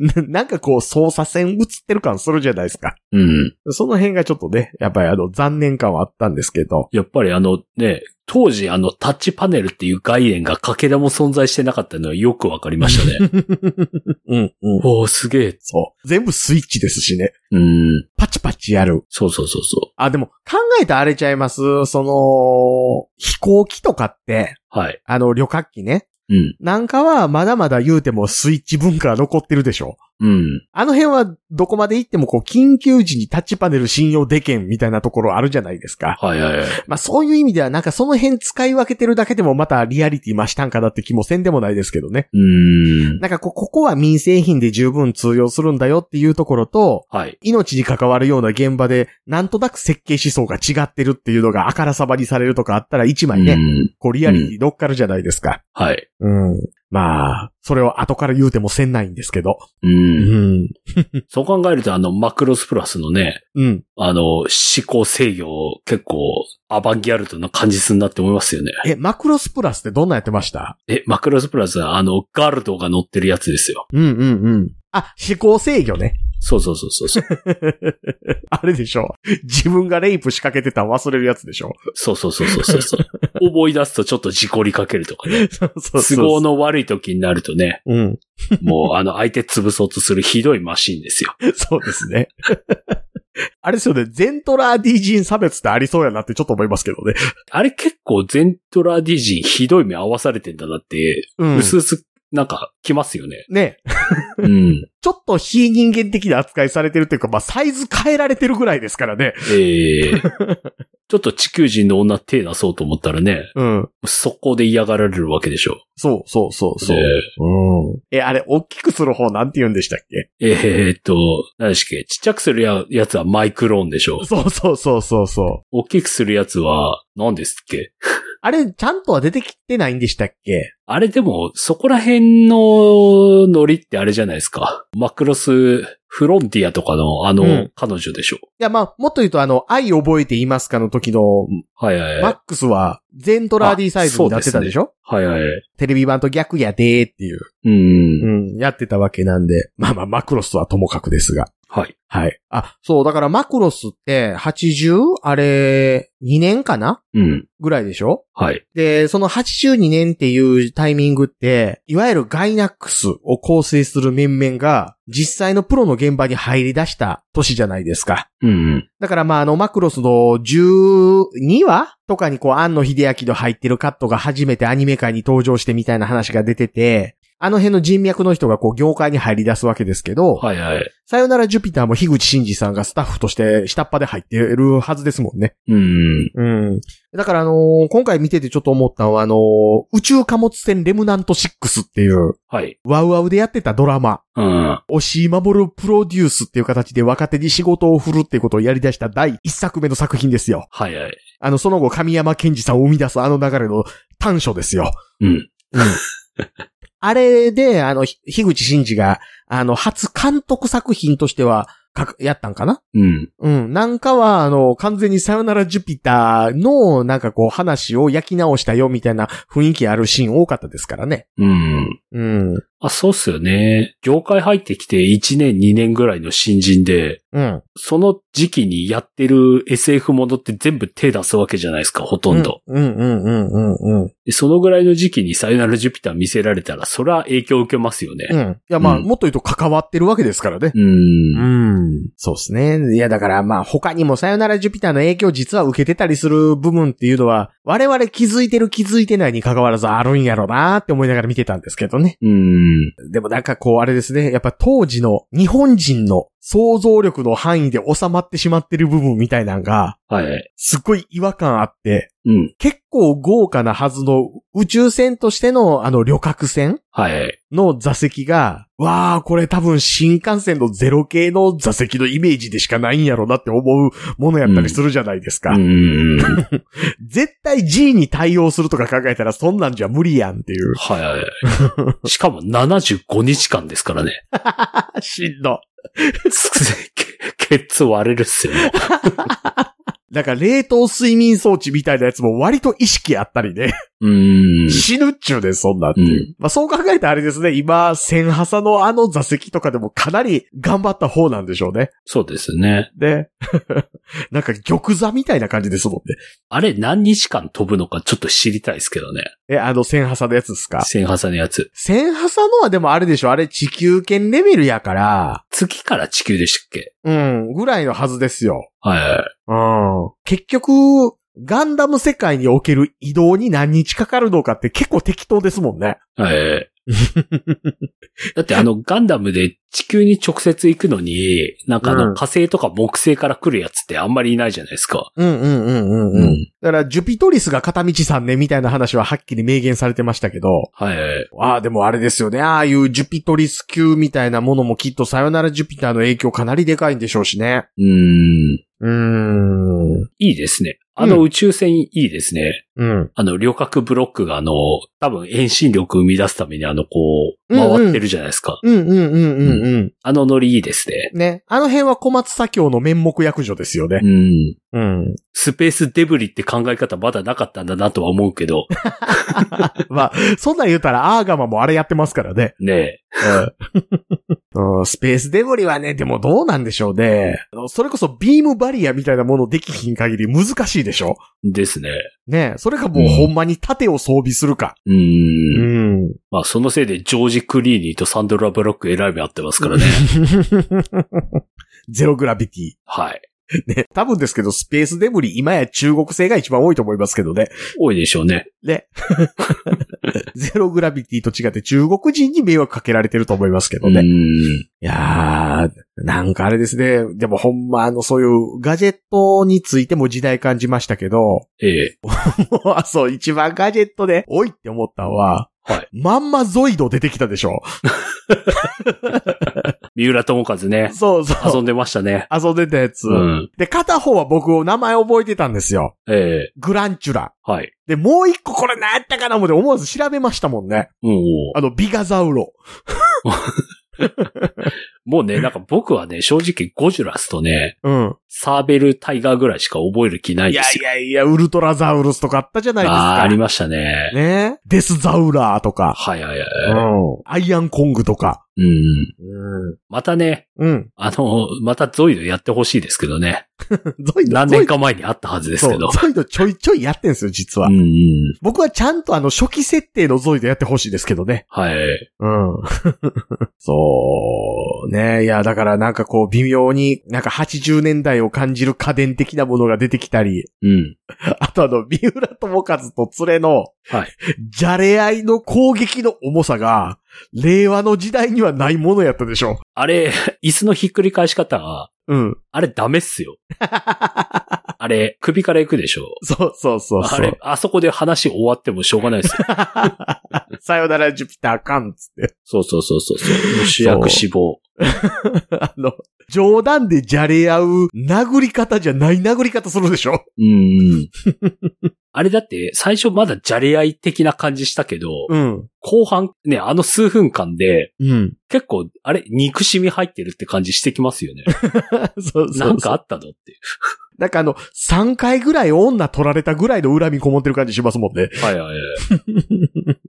[SPEAKER 3] ななんかこう、操作線映ってる感するじゃないですか。
[SPEAKER 4] うん。
[SPEAKER 3] その辺がちょっとね、やっぱりあの、残念感はあったんですけ ど。
[SPEAKER 4] やっぱりあのね、当時あのタッチパネルっていう概念がかけらも存在してなかったのはよくわかりましたね。
[SPEAKER 3] うん、うん。
[SPEAKER 4] おー、すげえ。
[SPEAKER 3] そう。全部スイッチですしね。
[SPEAKER 4] うん。
[SPEAKER 3] パチパチやる。
[SPEAKER 4] そうそうそうそ
[SPEAKER 3] あ、でも、考えたらあれちゃいますその、飛行機とかって、
[SPEAKER 4] う。はい。
[SPEAKER 3] あの、旅客機ね。
[SPEAKER 4] うん。
[SPEAKER 3] なんかはまだまだ言うてもスイッチ文化は残ってるでしょ。
[SPEAKER 4] うん。
[SPEAKER 3] あの辺はどこまで行ってもこう緊急時にタッチパネル信用でけんみたいなところあるじゃないですか。
[SPEAKER 4] はいはいはい。
[SPEAKER 3] まあそういう意味ではなんかその辺使い分けてるだけでもまたリアリティ増したんかなって気もせんでもないですけどね。
[SPEAKER 4] うーん。
[SPEAKER 3] なんかこう、ここは民生品で十分通用するんだよっていうところと、
[SPEAKER 4] はい。
[SPEAKER 3] 命に関わるような現場で、なんとなく設計思想が違ってるっていうのがあからさまにされるとかあったら一枚ね、
[SPEAKER 4] うん。
[SPEAKER 3] こうリアリティ乗っかるじゃないですか。
[SPEAKER 4] はい。
[SPEAKER 3] うん。まあ、それを後から言うてもせんないんですけど。
[SPEAKER 4] うん。
[SPEAKER 3] ん。
[SPEAKER 4] そう考えると、あの、マクロスプラスのね、
[SPEAKER 3] うん。
[SPEAKER 4] あの、思考制御、結構、アバンギャルドな感じすんなって思いますよね。
[SPEAKER 3] え、マクロスプラスってどんなんやってました
[SPEAKER 4] え、マクロスプラスは、あの、ガルドが乗ってるやつですよ。
[SPEAKER 3] うんうんうん。あ、思考制御ね。
[SPEAKER 4] そうそうそうそうそう。
[SPEAKER 3] あれでしょ。自分がレイプ仕掛けてたん忘れるやつでしょ。
[SPEAKER 4] そうそうそうそうそうそう。思い出すとちょっと事故りかけるとか ね。
[SPEAKER 3] そうそ
[SPEAKER 4] 都合。の悪い時になるとね、
[SPEAKER 3] うん。
[SPEAKER 4] もうあの相手潰そうとするひどいマシンですよ。
[SPEAKER 3] そうですね。 あれですよね、ゼントラー D 人差別ってありそうやなってちょっと思いますけどね。
[SPEAKER 4] あれ結構ゼントラディジンひどい目合わされてんだなって、
[SPEAKER 3] うん
[SPEAKER 4] うすうすなんか来ますよね。
[SPEAKER 3] ね、
[SPEAKER 4] うん。
[SPEAKER 3] ちょっと非人間的な扱いされてるというか、まあ、サイズ変えられてるぐらいですからね。
[SPEAKER 4] え えちょっと地球人の女手出そうと思ったらね、
[SPEAKER 3] うん。
[SPEAKER 4] 速攻で嫌がられるわけでしょ。
[SPEAKER 3] そうそうそうそう。
[SPEAKER 4] え
[SPEAKER 3] うん。え、あれ、大きくする方なんて言うんでしたっけ
[SPEAKER 4] えーっと、何でしたっけちっちゃくするややつはマイクローンでしょ。
[SPEAKER 3] そうそうそうそうそう。
[SPEAKER 4] 大きくするやつは何ですっけ
[SPEAKER 3] あれ、ちゃんとは出てきてないんでしたっけ
[SPEAKER 4] あれでも、そこら辺のノリってあれじゃないですか。マクロスフロンティアとかのあの、
[SPEAKER 3] うん
[SPEAKER 4] 彼女でしょ。
[SPEAKER 3] いや、まあ、もっと言うと、あの、愛覚えていますかの時の、
[SPEAKER 4] はいはい
[SPEAKER 3] マ
[SPEAKER 4] はい
[SPEAKER 3] ッ。クスは、ゼントラー D サイズになってたでしょ
[SPEAKER 4] はいはいはい。
[SPEAKER 3] テレビ版と逆やでーっていう。
[SPEAKER 4] うん。
[SPEAKER 3] うん、やってたわけなんで。まあまあ、マクロスはともかくですが。
[SPEAKER 4] はい。
[SPEAKER 3] はい。あ、そう、だからマクロスって、80? あれ、2年かな
[SPEAKER 4] うん。
[SPEAKER 3] ぐらいでしょ
[SPEAKER 4] はい。
[SPEAKER 3] で、その82年っていうタイミングって、いわゆるガイナックスを構成する面々が、実際のプロの現場に入り出した年じゃないですか。
[SPEAKER 4] うん。
[SPEAKER 3] だからまああのマクロスの12話とかにこう庵野秀明の入ってるカットが初めてアニメ界に登場してみたいな話が出てて、あの辺の人脈の人がこう業界に入り出すわけですけど、
[SPEAKER 4] はいはい。
[SPEAKER 3] さよならジュピターも樋口真嗣さんがスタッフとして下っ端で入ってるはずですもんね。
[SPEAKER 4] うん。
[SPEAKER 3] うん。だからあのー今回見ててちょっと思ったのはあのー宇宙貨物船レムナント6っていう、
[SPEAKER 4] はい。
[SPEAKER 3] ワウワウでやってたドラマ。
[SPEAKER 4] うん。
[SPEAKER 3] 押井守るプロデュースっていう形で若手に仕事を振るっていうことをやり出した第一作目の作品ですよ。
[SPEAKER 4] はいはい。
[SPEAKER 3] あの、その後、神山健二さんを生み出すあの流れの短所ですよ。
[SPEAKER 4] うん。
[SPEAKER 3] あれで、あの、ひ樋口真嗣が、あの、初監督作品としては、かくやったんかな
[SPEAKER 4] うん。
[SPEAKER 3] うん。なんかは、あの、完全にさよならジュピターの、なんかこう、話を焼き直したよ、みたいな雰囲気あるシーン多かったですからね。
[SPEAKER 4] うん。
[SPEAKER 3] うん。
[SPEAKER 4] あ、そうっすよね。業界入ってきて1年2年ぐらいの新人で、
[SPEAKER 3] うん。
[SPEAKER 4] その時期にやってる SF ものって全部手出すわけじゃないですか、ほとんど。
[SPEAKER 3] うんうんうんうんうん。
[SPEAKER 4] でそのぐらいの時期にさよならジュピター見せられたら、それは影響を受けますよ
[SPEAKER 3] う
[SPEAKER 4] ね。
[SPEAKER 3] ん。いや、まあ、
[SPEAKER 4] うん
[SPEAKER 3] もっと言うと関わってるわけですからね。
[SPEAKER 4] うん。
[SPEAKER 3] うん。そうですね。いや、だからまあ他にもさよならジュピターの影響を実は受けてたりする部分っていうのは、我々気づいてる気づいてないに関わらずあるんやろうなーって思いながら見てたんですけどね。
[SPEAKER 4] うん。
[SPEAKER 3] でもなんかこうあれですね。やっぱ当時の日本人の想像力の範囲で収まってしまってる部分みたいなんが、
[SPEAKER 4] はい。
[SPEAKER 3] すっごい違和感あって、
[SPEAKER 4] うん。
[SPEAKER 3] 結構豪華なはずの宇宙船としてのあの旅客船
[SPEAKER 4] はい。
[SPEAKER 3] の座席が、わあ、これ多分新幹線のゼロ系の座席のイメージでしかないんやろなって思うものやったりするじゃないですか。
[SPEAKER 4] うん。
[SPEAKER 3] 絶対 G に対応するとか考えたらそんなんじゃ無理やんっていう。
[SPEAKER 4] はい。しかも75日間ですからね。
[SPEAKER 3] しんど。
[SPEAKER 4] つくぜケケツ割れるっすよ。
[SPEAKER 3] だから冷凍睡眠装置みたいなやつも割と意識あったりね。
[SPEAKER 4] うん。
[SPEAKER 3] 死ぬっちゅうで、そんなん。
[SPEAKER 4] うん。
[SPEAKER 3] まあそう考えたらあれですね、今、千ハサのあの座席とかでもかなり頑張った方なんでしょうね。
[SPEAKER 4] そうですね。
[SPEAKER 3] ね。 なんか玉座みたいな感じですもんね。
[SPEAKER 4] あれ何日間飛ぶのかちょっと知りたいですけどね。
[SPEAKER 3] え、あの千ハサのやつですか
[SPEAKER 4] 千波さんのやつ。
[SPEAKER 3] 千ハサのはでもあれでしょあれ地球圏レベルやから、
[SPEAKER 4] 月から地球でしたっけ
[SPEAKER 3] うん、ぐらいのはずですよ。
[SPEAKER 4] はい。
[SPEAKER 3] うん。結局、ガンダム世界における移動に何日かかるのかって結構適当ですもんね。
[SPEAKER 4] ええだっ てあの、ガンダムで地球に直接行くのに、なんかあ
[SPEAKER 3] う
[SPEAKER 4] の、
[SPEAKER 3] ん
[SPEAKER 4] 火星とか木星から来るやつってあんまりいないじゃないですか。
[SPEAKER 3] うんうんうんう
[SPEAKER 4] う。
[SPEAKER 3] だから、ジュピトリスが片道3年みたいな話ははっきり明言されてましたけど、
[SPEAKER 4] はい。
[SPEAKER 3] ああ、でもあれですよね。ああいうジュピトリス級みたいなものもきっとさよならジュピターの影響かなりでかいんでしょうしね。
[SPEAKER 4] うん。
[SPEAKER 3] うーん。
[SPEAKER 4] いいですね。あの宇宙船いいですね。
[SPEAKER 3] うん。
[SPEAKER 4] あの、旅客ブロックがあの、多分遠心力生み出すためにあの、こう、
[SPEAKER 3] うんうん
[SPEAKER 4] 回ってるじゃないですか。
[SPEAKER 3] うんうんうんうんうん。
[SPEAKER 4] あのノリいいですね。
[SPEAKER 3] ね。あの辺は小松左京の面目役所ですよね
[SPEAKER 4] う。ん。
[SPEAKER 3] うん。
[SPEAKER 4] スペースデブリって考え方まだなかったんだなとは思うけど、
[SPEAKER 3] まあ、そんなん言うたらアーガマもあれやってますからね。
[SPEAKER 4] ねえ。
[SPEAKER 3] うん、スペースデブリはね、でもどうなんでしょうね。あのそれこそビームバリアみたいなものできひん限り難しいでしょ
[SPEAKER 4] ですね。
[SPEAKER 3] ねそれかもうほんまに盾を装備するか。
[SPEAKER 4] うん。
[SPEAKER 3] ん。
[SPEAKER 4] まあ、そのせいでジョージ・クリーニーとサンドラ・ブロック選び合ってますからね。
[SPEAKER 3] ゼログラビティ。
[SPEAKER 4] はい。
[SPEAKER 3] ね。多分ですけど、スペースデブリ、今や中国製が一番多いと思いますけど ね。
[SPEAKER 4] 多いでしょうね。
[SPEAKER 3] ね。ゼログラビティと違って中国人に迷惑かけられてると思いますけどね。い
[SPEAKER 4] ん。
[SPEAKER 3] やー、なんかあれですね。でもほんま、あの、そういうガジェットについても時代感じましたけど、
[SPEAKER 4] ええ。
[SPEAKER 3] もう、そう、一番ガジェットで、おいって思ったのは、
[SPEAKER 4] はい。
[SPEAKER 3] まんまゾイド出てきたでしょ。
[SPEAKER 4] 三浦智和ね。
[SPEAKER 3] そうそ
[SPEAKER 4] 遊
[SPEAKER 3] う。
[SPEAKER 4] んでましたね。
[SPEAKER 3] 遊んでたやつ。
[SPEAKER 4] うん。
[SPEAKER 3] で、片方は僕を名前覚えてたんですよ。
[SPEAKER 4] ええ。
[SPEAKER 3] グランチュラ。
[SPEAKER 4] はい。
[SPEAKER 3] で、もう一個これ何やったかな思って思わず調べましたもんね。
[SPEAKER 4] もう
[SPEAKER 3] あの、ビガザウロ。
[SPEAKER 4] もうね、 なんか僕はね、正直ゴジュラスとね、
[SPEAKER 3] うん。
[SPEAKER 4] サーベル・タイガーぐらいしか覚える気ない
[SPEAKER 3] い
[SPEAKER 4] で
[SPEAKER 3] や
[SPEAKER 4] す
[SPEAKER 3] い
[SPEAKER 4] よ。
[SPEAKER 3] やいや、ウルトラザウルスとかあったじゃないです
[SPEAKER 4] ああー、
[SPEAKER 3] か。
[SPEAKER 4] ありましたね。
[SPEAKER 3] ね。デスザウラーとか。
[SPEAKER 4] はいはいは
[SPEAKER 3] う
[SPEAKER 4] い。
[SPEAKER 3] ん。アイアンコングとか。
[SPEAKER 4] うん。
[SPEAKER 3] うん。
[SPEAKER 4] またね、
[SPEAKER 3] うん。
[SPEAKER 4] あの、またゾイドやってほしいですけどね。
[SPEAKER 3] ゾイド。
[SPEAKER 4] 何年か前にあったはずですけど
[SPEAKER 3] そう。ゾイドちょいちょいやってんすよ、実は
[SPEAKER 4] う。ん。
[SPEAKER 3] 僕はちゃんとあの、初期設定のゾイドやってほしいですけどね。
[SPEAKER 4] はい。
[SPEAKER 3] うん。そう。ねいや、だからなんかこう、微妙に、なんか80年代を感じる家電的なものが出てきたり、
[SPEAKER 4] うん。
[SPEAKER 3] あとあの、三浦智和と連れの、
[SPEAKER 4] はい。
[SPEAKER 3] じゃれ合いの攻撃の重さが、令和の時代にはないものやったでしょ。
[SPEAKER 4] あれ、 椅子のひっくり返し方が、
[SPEAKER 3] うん。
[SPEAKER 4] あれダメっす よ。あれ、首から行くでしょ。
[SPEAKER 3] そうそうそう
[SPEAKER 4] あ
[SPEAKER 3] そ
[SPEAKER 4] れ
[SPEAKER 3] う。、
[SPEAKER 4] あそこで話終わってもしょうがないですよ。
[SPEAKER 3] さよならジュピターかんっつって。
[SPEAKER 4] そうそうそうそうそう。主役死亡。
[SPEAKER 3] あの、冗談でじゃれ合う殴り方じゃない殴り方するでしょ。
[SPEAKER 4] うん。あれだって、最初まだじゃれ合い的な感じしたけど、
[SPEAKER 3] うん。
[SPEAKER 4] 後半ね、あの数分間で、
[SPEAKER 3] うん。
[SPEAKER 4] 結構、あれ、憎しみ入ってるって感じしてきます よね。
[SPEAKER 3] そうそうそう。
[SPEAKER 4] なんかあったのって。
[SPEAKER 3] なんかあの、3回ぐらい女取られたぐらいの恨みこもってる感じしますもんね。
[SPEAKER 4] はいはいはい。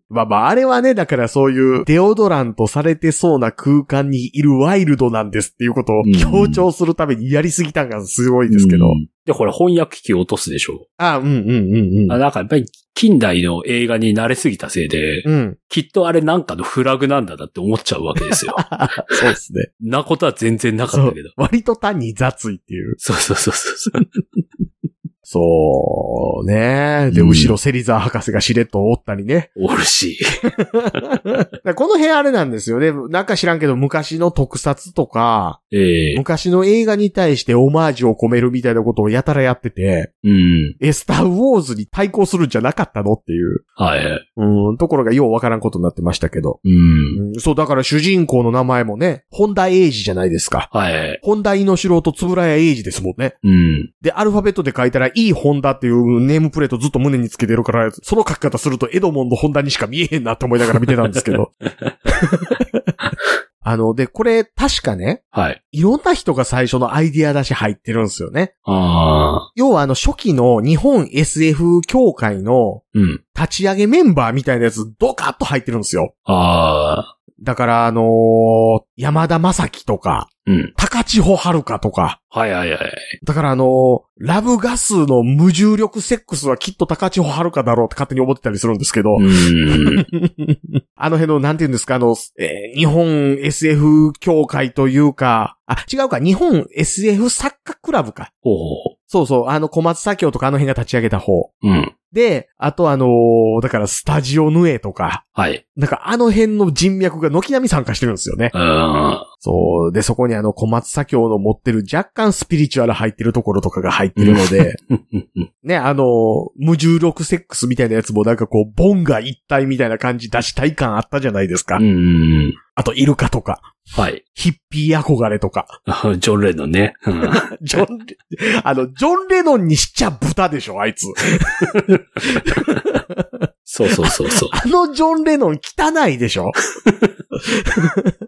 [SPEAKER 3] まあまあ、あれはね、だからそういうデオドラントされてそうな空間にいるワイルドなんですっていうことを
[SPEAKER 4] うん
[SPEAKER 3] 強調するためにやりすぎたんがすごいですけど。
[SPEAKER 4] うん。で、ほら、翻訳機落とすでしょ。
[SPEAKER 3] あうんうんうん
[SPEAKER 4] あなんかやっぱり、近代の映画に慣れすぎたせいで、
[SPEAKER 3] うん。うん。
[SPEAKER 4] きっとあれなんかのフラグなんだなって思っちゃうわけですよ。
[SPEAKER 3] そうですね。
[SPEAKER 4] なことは全然なかったけど。
[SPEAKER 3] 割と単に雑いっていう。
[SPEAKER 4] そうそうそうそう。
[SPEAKER 3] そうね。で、
[SPEAKER 4] うん
[SPEAKER 3] 後ろセリザー博士がしれっとおったりね。
[SPEAKER 4] おるし。
[SPEAKER 3] だからこの辺あれなんですよね。なんか知らんけど、昔の特撮とか、
[SPEAKER 4] ええ
[SPEAKER 3] 昔の映画に対してオマージュを込めるみたいなことをやたらやってて、
[SPEAKER 4] うん。
[SPEAKER 3] え、スターウォーズに対抗するんじゃなかったのっていう、
[SPEAKER 4] はいはい。
[SPEAKER 3] うん、ところがようわからんことになってましたけど。
[SPEAKER 4] うん。
[SPEAKER 3] うん、そう、だから主人公の名前もね、本田英二じゃないですか。
[SPEAKER 4] はいはい。
[SPEAKER 3] 本田猪郎とつぶらや英二ですもんね。
[SPEAKER 4] うん。
[SPEAKER 3] で、アルファベットで書いたら、いい本田っていうネームプレートずっと胸につけてるから、その書き方するとエドモンド本田にしか見えへんなって思いながら見てたんですけど。 あの、で、これ、確かね、
[SPEAKER 4] はい。
[SPEAKER 3] いろんな人が最初のアイディア出し入ってるんですよね。
[SPEAKER 4] ああ。
[SPEAKER 3] 要はあの初期の日本 SF 協会の
[SPEAKER 4] うん。
[SPEAKER 3] 立ち上げメンバーみたいなやつドカッと入ってるんですよ。
[SPEAKER 4] ああ。
[SPEAKER 3] だからあのー山田正樹とか、
[SPEAKER 4] うん。
[SPEAKER 3] 高千穂遥香とか、
[SPEAKER 4] はいはいはい。
[SPEAKER 3] だからあのーラブガスの無重力セックスはきっと高千穂遥香だろうって勝手に思ってたりするんですけど、
[SPEAKER 4] うん。
[SPEAKER 3] あの辺のなんて言うんですか、あの、えー日本 SF 協会というか、あ、違うか、日本 SF サッカークラブか。
[SPEAKER 4] ほうほ
[SPEAKER 3] そうそう、あの小松左京とかあの辺が立ち上げた方。
[SPEAKER 4] うん。
[SPEAKER 3] で、あとあのーだからスタジオヌエとか、
[SPEAKER 4] はい。
[SPEAKER 3] なんかあの辺の人脈が軒並み参加してるんですよね。
[SPEAKER 4] うーん。
[SPEAKER 3] そう。で、そこにあの小松左京の持ってる若干スピリチュアル入ってるところとかが入ってるので、ね、あのー無重力セックスみたいなやつもなんかこう、ボンが一体みたいな感じ出したい感あったじゃないですか。
[SPEAKER 4] うん。
[SPEAKER 3] あと、イルカとか、
[SPEAKER 4] はい。
[SPEAKER 3] ヒッピー憧れとか、
[SPEAKER 4] ジョン・レノンね。うん
[SPEAKER 3] ジョンレ、 あの、ジョン・レノンにしちゃ豚でしょ、あいつ。
[SPEAKER 4] そうそうそうそう。
[SPEAKER 3] あのジョン・レノン汚いでしょ。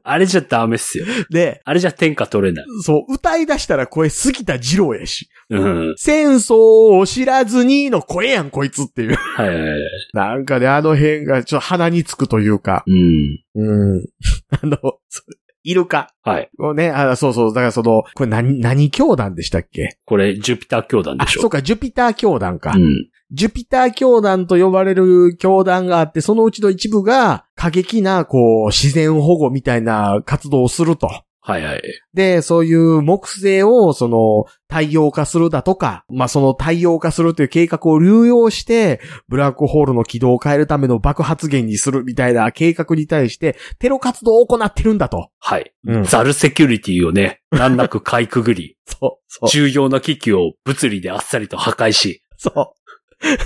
[SPEAKER 4] あれじゃダメっすよ。
[SPEAKER 3] で、
[SPEAKER 4] あれじゃ天下取れない。
[SPEAKER 3] そう、歌い出したら声杉田二郎やし。
[SPEAKER 4] うん。
[SPEAKER 3] 戦争を知らずにの声やん、こいつっていう。
[SPEAKER 4] はいはいはい。
[SPEAKER 3] なんかね、あの辺がちょっと鼻につくというか。
[SPEAKER 4] うん。
[SPEAKER 3] うん。 あの、そうイルカ
[SPEAKER 4] はい。
[SPEAKER 3] をね、あそうそう、だからその、これ何、何教団でしたっけ
[SPEAKER 4] これ、ジュピター教団
[SPEAKER 3] あ、
[SPEAKER 4] でし
[SPEAKER 3] そう
[SPEAKER 4] ょ。
[SPEAKER 3] か、ジュピター教団か。
[SPEAKER 4] うん。
[SPEAKER 3] ジュピター教団と呼ばれる教団があって、そのうちの一部が過激な、こう、自然保護みたいな活動をすると。
[SPEAKER 4] はいはい。
[SPEAKER 3] で、そういう木星を、その、太陽化するだとか、まあ、その太陽化するという計画を流用して、ブラックホールの軌道を変えるための爆発源にするみたいな計画に対して、テロ活動を行ってるんだと。
[SPEAKER 4] はい。
[SPEAKER 3] うん
[SPEAKER 4] ザルセキュリティをね、難なくかいくぐり、
[SPEAKER 3] そう、 そ
[SPEAKER 4] 重要な機器を物理であっさりと破壊し、
[SPEAKER 3] そう。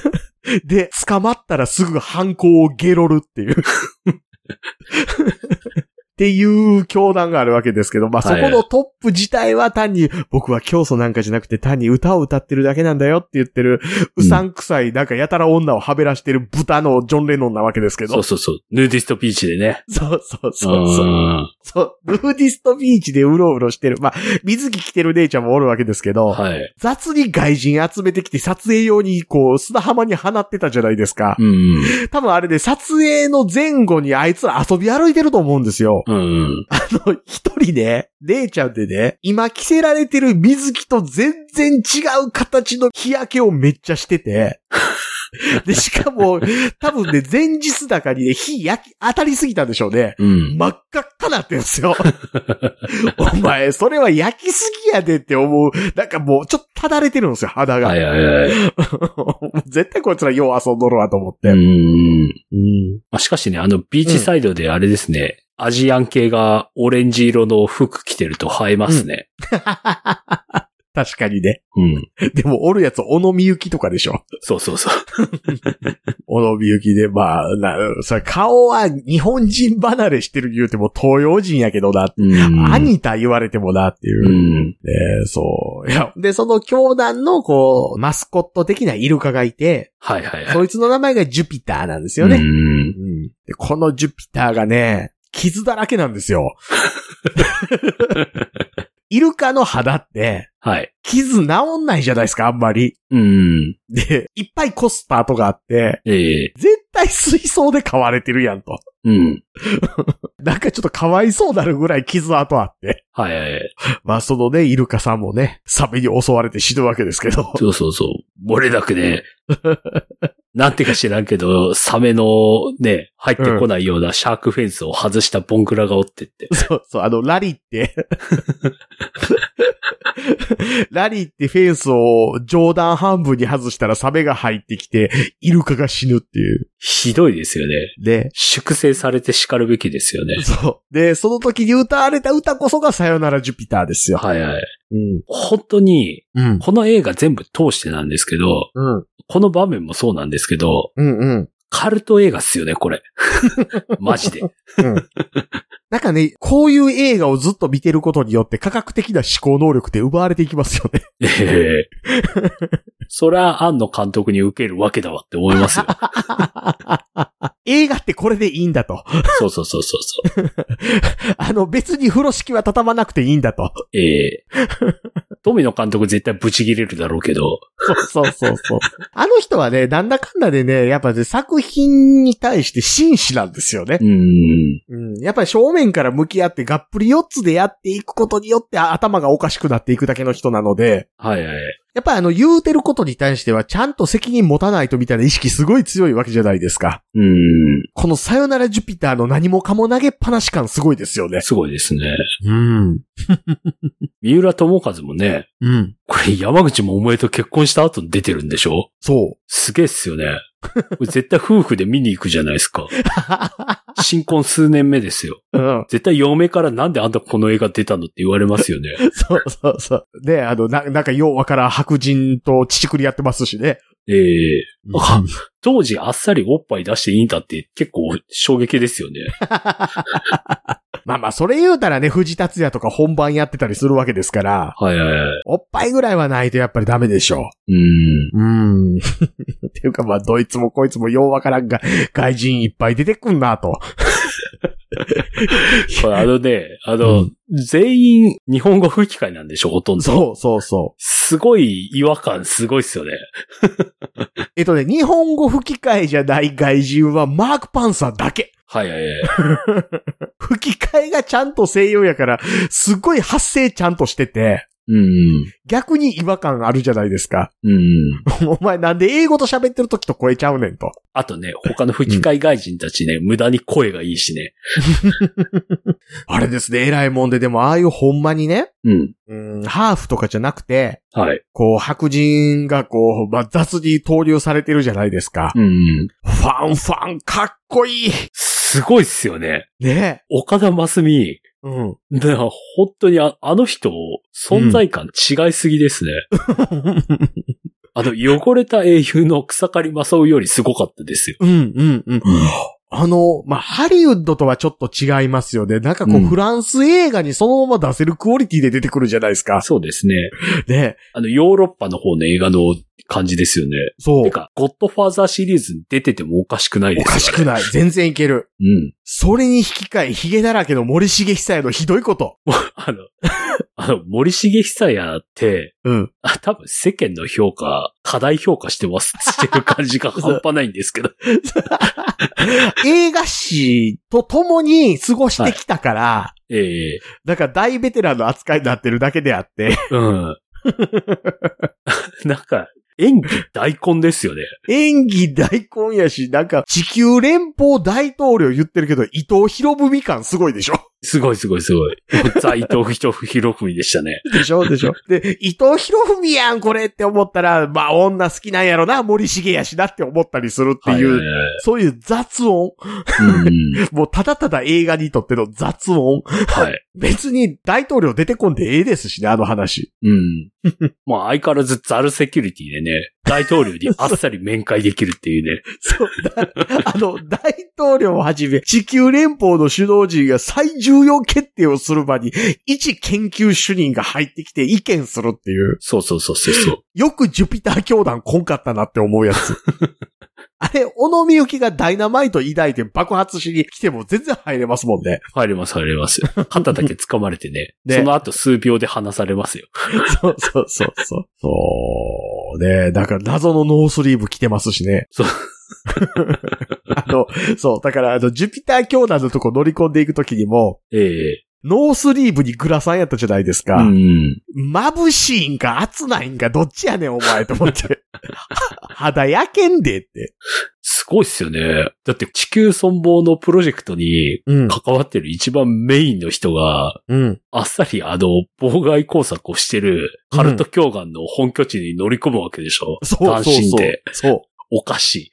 [SPEAKER 3] で、捕まったらすぐ犯行をゲロるっていう。 っていう教団があるわけですけど、まあ、そ
[SPEAKER 4] はい
[SPEAKER 3] このトップ自体は単に、僕は教祖なんかじゃなくて単に歌を歌ってるだけなんだよって言ってる、う
[SPEAKER 4] う
[SPEAKER 3] んさんくさい、なんかやたら女をはべらしてる豚のジョン・レノンなわけですけ
[SPEAKER 4] そ
[SPEAKER 3] ど。
[SPEAKER 4] うそうそう、ヌーディストビーチでね。
[SPEAKER 3] そうそうそうそうう。
[SPEAKER 4] ん
[SPEAKER 3] そう、ヌーディストビーチでうろうろしてる。まあ、水着着てる姉ちゃんもおるわけですけど、
[SPEAKER 4] はい。
[SPEAKER 3] 雑に外人集めてきて撮影用に、こう、砂浜に放ってたじゃないですか。
[SPEAKER 4] うん。
[SPEAKER 3] 多分あれで撮影の前後にあいつら遊び歩いてると思うんですよ。
[SPEAKER 4] うん。
[SPEAKER 3] あの 一人ね、姉ちゃんでね、今着せられてる水着と全然違う形の日焼けをめっちゃして て。で、しかも、多分ね、前日だかにね、日焼き、当たりすぎたんでしょうね。
[SPEAKER 4] うん。
[SPEAKER 3] 真っ赤っかなってんすよ。 お前、それは焼きすぎやでって思う。なんかもう、ちょっとただれてるんですよ、肌が。
[SPEAKER 4] はいはいはい。
[SPEAKER 3] 絶対こいつらよう遊んどるわと思って。
[SPEAKER 4] うん。
[SPEAKER 3] うん
[SPEAKER 4] まあしかしね、あの、ビーチサイドであれですね、アジアン系がオレンジ色の服着てると映えますね。
[SPEAKER 3] 確かにね。
[SPEAKER 4] うん。
[SPEAKER 3] でも、おるやつ、小野みゆきとかでしょ。
[SPEAKER 4] そうそうそう。
[SPEAKER 3] 小野みゆきで、まあ、な、それ顔は日本人離れしてる言うても東洋人やけどな。
[SPEAKER 4] うん
[SPEAKER 3] アニタ言われてもなっていうう。
[SPEAKER 4] ん。
[SPEAKER 3] えーそう。いや、で、その教団の、こう、マスコット的なイルカがいて、
[SPEAKER 4] はいはいはい。
[SPEAKER 3] そいつの名前がジュピターなんですよね。
[SPEAKER 4] うん。
[SPEAKER 3] うんでこのジュピターがね、傷だらけなんです よ。イルカの肌って、
[SPEAKER 4] はい。
[SPEAKER 3] 傷治んないじゃないですか、あんまり。
[SPEAKER 4] うん。
[SPEAKER 3] で、いっぱいコスパとかあって、
[SPEAKER 4] ええ
[SPEAKER 3] 絶対水槽で飼われてるやんと。
[SPEAKER 4] うん。
[SPEAKER 3] なんかちょっとかわいそうなるぐらい傷跡あって。
[SPEAKER 4] はいはいはい。
[SPEAKER 3] まあそのね、イルカさんもね、サメに襲われて死ぬわけですけど。
[SPEAKER 4] そうそうそう。漏れなく ね。なんてか知らんけど、サメのね、入ってこないようなシャークフェンスを外したボンクラがおってって。
[SPEAKER 3] そうそう、あの、ラリって、 ラリってフェンスを上段半分に外したらサメが入ってきて、イルカが死ぬっていう。
[SPEAKER 4] ひどいですよね。
[SPEAKER 3] で、
[SPEAKER 4] 粛清されて叱るべきですよね。
[SPEAKER 3] そう。で、その時に歌われた歌こそがさよならジュピターですよ。
[SPEAKER 4] はいはい。
[SPEAKER 3] うん。
[SPEAKER 4] 本当に、
[SPEAKER 3] うん。
[SPEAKER 4] この映画全部通してなんですけど、
[SPEAKER 3] うん。
[SPEAKER 4] この場面もそうなんですけど、
[SPEAKER 3] うん。うん。
[SPEAKER 4] カルト映画っすよね、これ。 マジ で。
[SPEAKER 3] なんかね、こういう映画をずっと見てることによって科学的な思考能力って奪われていきますよね。
[SPEAKER 4] ええそりゃ、庵野監督に受けるわけだわって思い ますよ。
[SPEAKER 3] 映画ってこれでいいんだと。
[SPEAKER 4] そうそうそうそうそう。
[SPEAKER 3] あの、別に風呂敷は畳まなくていいんだと。
[SPEAKER 4] ええ 富野監督絶対ブチギレるだろうけど、
[SPEAKER 3] そうそうそうそう。あの人はね、なんだかんだでね、やっぱね、作品に対して真摯なんですよね
[SPEAKER 4] う。ん。
[SPEAKER 3] うん。やっぱり正面から向き合って、がっぷり四つでやっていくことによってあ頭がおかしくなっていくだけの人なので、
[SPEAKER 4] はいはい。
[SPEAKER 3] ややっぱりあの、言うてることに対しては、ちゃんと責任持たないとみたいな意識すごい強いわけじゃないですか。
[SPEAKER 4] うん。
[SPEAKER 3] このさよならジュピターの何もかも投げっぱなし感すごいですよね。
[SPEAKER 4] すごいですね。
[SPEAKER 3] うん。
[SPEAKER 4] 三浦智和もね、
[SPEAKER 3] うん。
[SPEAKER 4] これ山口百恵と結婚した後に出てるんでしょ
[SPEAKER 3] そう。
[SPEAKER 4] すげえっすよ ね。これ絶対夫婦で見に行くじゃないですか。新婚数年目ですよ。
[SPEAKER 3] うん。
[SPEAKER 4] 絶対嫁からなんであんたこの映画出たのって言われます よね。
[SPEAKER 3] そうそうそう。で、あの、な、なんか、ようわからん白人と乳くりやってますしね。
[SPEAKER 4] ええ当時あっさりおっぱい出していいんだって結構衝撃ですよね。
[SPEAKER 3] まあまあ、それ言うたらね、藤達也とか本番やってたりするわけですから、
[SPEAKER 4] はいはいはい。
[SPEAKER 3] おっぱいぐらいはないとやっぱりダメでしょ
[SPEAKER 4] うん。
[SPEAKER 3] う。うん。 っていうかまあ、どいつもこいつもようわからんが、外人いっぱい出てくんなと。
[SPEAKER 4] これあのね、あの、
[SPEAKER 3] う
[SPEAKER 4] 全員日本語吹き替えなんでしょ、ほとんど。
[SPEAKER 3] そうそうそ
[SPEAKER 4] すごい違和感すごいっすよね。
[SPEAKER 3] う。えっとね、日本語吹き替えじゃない外人はマークパンサーだけ。
[SPEAKER 4] はいはいはい。
[SPEAKER 3] 吹き替えがちゃんと西洋やから、すっごい発声ちゃんとしてて、
[SPEAKER 4] うん。
[SPEAKER 3] 逆に違和感あるじゃないですか。
[SPEAKER 4] うん。
[SPEAKER 3] お前なんで英語と喋ってる時と超えちゃうねんと。
[SPEAKER 4] あとね、他の吹き替え外人たちね、無駄に声がいいしね。
[SPEAKER 3] あれですね、偉いもんで、でもああいうほんまにね、
[SPEAKER 4] うん。
[SPEAKER 3] うん、ハーフとかじゃなくて、
[SPEAKER 4] はい。
[SPEAKER 3] こう、白人がこう、まあ、雑に投入されてるじゃないですか。
[SPEAKER 4] うん。
[SPEAKER 3] ファンファン、かっこいい
[SPEAKER 4] すごいっすよね。
[SPEAKER 3] ね
[SPEAKER 4] 岡田真澄、
[SPEAKER 3] え。うん。
[SPEAKER 4] な本当にああの人、存在感違いすぎです ね。あの、汚れた英雄の草刈正雄よりすごかったですよ。
[SPEAKER 3] うん、うん、うん。あの、まあ、ハリウッドとはちょっと違いますよね。なんかこう、
[SPEAKER 4] うん
[SPEAKER 3] フランス映画にそのまま出せるクオリティで出てくるじゃないですか。
[SPEAKER 4] そうですね。
[SPEAKER 3] ね
[SPEAKER 4] あの、ヨーロッパの方の映画の感じですよね。
[SPEAKER 3] そう
[SPEAKER 4] て。か、ゴッドファーザーシリーズに出ててもおかしくないで
[SPEAKER 3] お
[SPEAKER 4] すよ、ね。
[SPEAKER 3] かしくない。全然いける。
[SPEAKER 4] うん。
[SPEAKER 3] それに引き換え、ヒゲだらけの森重久也のひどいこと。
[SPEAKER 4] あの、 あの、森重久也って、
[SPEAKER 3] うん。
[SPEAKER 4] あ多分世間の評価、過大評価して ます、してる感じが半端ないんですけど。
[SPEAKER 3] 映画史と共に過ごしてきたから、
[SPEAKER 4] ええ
[SPEAKER 3] なんか大ベテランの扱いになってるだけであって、
[SPEAKER 4] うん。 なんか、演技大根ですよね。
[SPEAKER 3] 演技大根やし、なんか地球連邦大統領言ってるけど、伊藤博文感すごいでしょ
[SPEAKER 4] すごいすごいすごい。ザ・伊藤博文でした ね。
[SPEAKER 3] でしょでしょで、伊藤博文やんこれって思ったら、まあ女好きなんやろな、森重やしなって思ったりするっていう、
[SPEAKER 4] はいはい
[SPEAKER 3] そういう雑音。
[SPEAKER 4] はいうん
[SPEAKER 3] もうただただ映画にとっての雑音。
[SPEAKER 4] はい。
[SPEAKER 3] 別に大統領出てこんでええですしね、あの話。
[SPEAKER 4] うん。 まあ相変わらずザルセキュリティでね、大統領にあっさり面会できるっていうね。
[SPEAKER 3] そう、だあ の、大統領をはじめ、地球連邦の首脳陣が最重要決定をする場に、一研究主任が入ってきて意見するっていう、
[SPEAKER 4] そうそうそうそうそう。
[SPEAKER 3] よくジュピター教団こんかったなって思うや つ。あれ、小野美幸がダイナマイト抱いて爆発しに来ても全然入れますもんね。
[SPEAKER 4] 入れます、入れます。肩だけ掴まれてね。
[SPEAKER 3] ね
[SPEAKER 4] その後数秒で離されますよ。
[SPEAKER 3] そうそうそうそう。そう、ねだから謎のノースリーブ着てますしね。
[SPEAKER 4] そう
[SPEAKER 3] あの、そう、だからあの、ジュピター教団のとこ乗り込んでいくときにも、
[SPEAKER 4] ええ
[SPEAKER 3] ノースリーブにグラサンやったじゃないですか。
[SPEAKER 4] うん。
[SPEAKER 3] 眩しいんか熱ないんかどっちやねんお前と思って。 肌焼けんでって。
[SPEAKER 4] すごいっすよね。だって地球存亡のプロジェクトに
[SPEAKER 3] うん。
[SPEAKER 4] 関わってる一番メインの人が、
[SPEAKER 3] うん。
[SPEAKER 4] あっさりあの、妨害工作をしてる、カルト教団の本拠地に乗り込むわけでしょ、
[SPEAKER 3] そう
[SPEAKER 4] 単
[SPEAKER 3] そう
[SPEAKER 4] 身
[SPEAKER 3] そう
[SPEAKER 4] で。。
[SPEAKER 3] そう。
[SPEAKER 4] おかしい。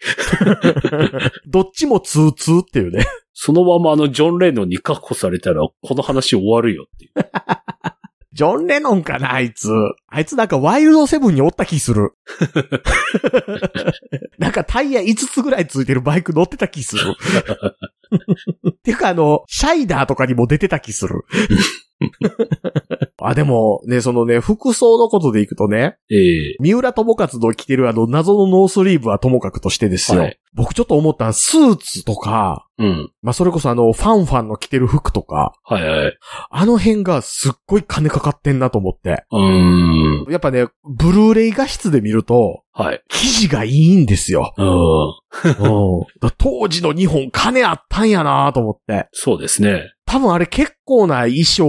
[SPEAKER 3] どっちもツーツーっていうね。
[SPEAKER 4] そのままあの、ジョン・レノンに確保されたら、この話終わるよっていう。
[SPEAKER 3] ジョン・レノンかな、あいつ。あいつなんかワイルドセブンにおった気す る。なんかタイヤ5つぐらいついてるバイク乗ってた気す る。っていうかあの、シャイダーとかにも出てた気す る。あ、でもね、そのね、服装のことでいくとね、
[SPEAKER 4] ええ
[SPEAKER 3] 三浦友和の着てるあの謎のノースリーブはともかくとしてですよ。
[SPEAKER 4] はい
[SPEAKER 3] 僕ちょっと思ったのはスーツとか、
[SPEAKER 4] うん。
[SPEAKER 3] まあ、それこそあの、ファンファンの着てる服とか、
[SPEAKER 4] はいはい。
[SPEAKER 3] あの辺がすっごい金かかってんなと思って。
[SPEAKER 4] うーん。
[SPEAKER 3] やっぱね、ブルーレイ画質で見ると、
[SPEAKER 4] はい。
[SPEAKER 3] 生地がいいんですよ。
[SPEAKER 4] うん。
[SPEAKER 3] だから当時の日本金あったんやなと思って。
[SPEAKER 4] そうですね。
[SPEAKER 3] 多分あれ結構な衣装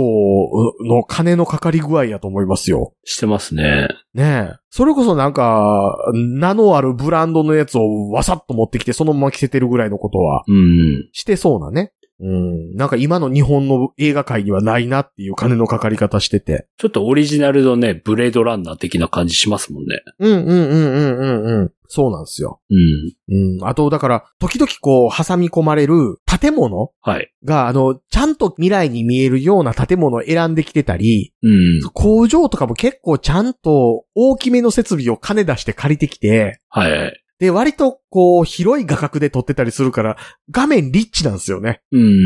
[SPEAKER 3] の金のかかり具合やと思いますよ。
[SPEAKER 4] してますね。
[SPEAKER 3] ねえ。それこそなんか、名のあるブランドのやつをわさっと持ってきてそのまま着せてるぐらいのことは
[SPEAKER 4] うん。
[SPEAKER 3] してそうなね。うん。なんか今の日本の映画界にはないなっていう金のかかり方してて。
[SPEAKER 4] ちょっとオリジナルのね、ブレードランナー的な感じしますもんね。
[SPEAKER 3] うんうんうんうんうんうん。そうなんですよ。
[SPEAKER 4] うん。
[SPEAKER 3] うん。あと、だから、時々こう、挟み込まれる建物
[SPEAKER 4] はい。
[SPEAKER 3] が、あの、ちゃんと未来に見えるような建物を選んできてたり、
[SPEAKER 4] うん。
[SPEAKER 3] 工場とかも結構ちゃんと大きめの設備を金出して借りてきて、
[SPEAKER 4] はいはい。
[SPEAKER 3] で、割とこう、広い画角で撮ってたりするから、画面リッチなんですよね。
[SPEAKER 4] うん。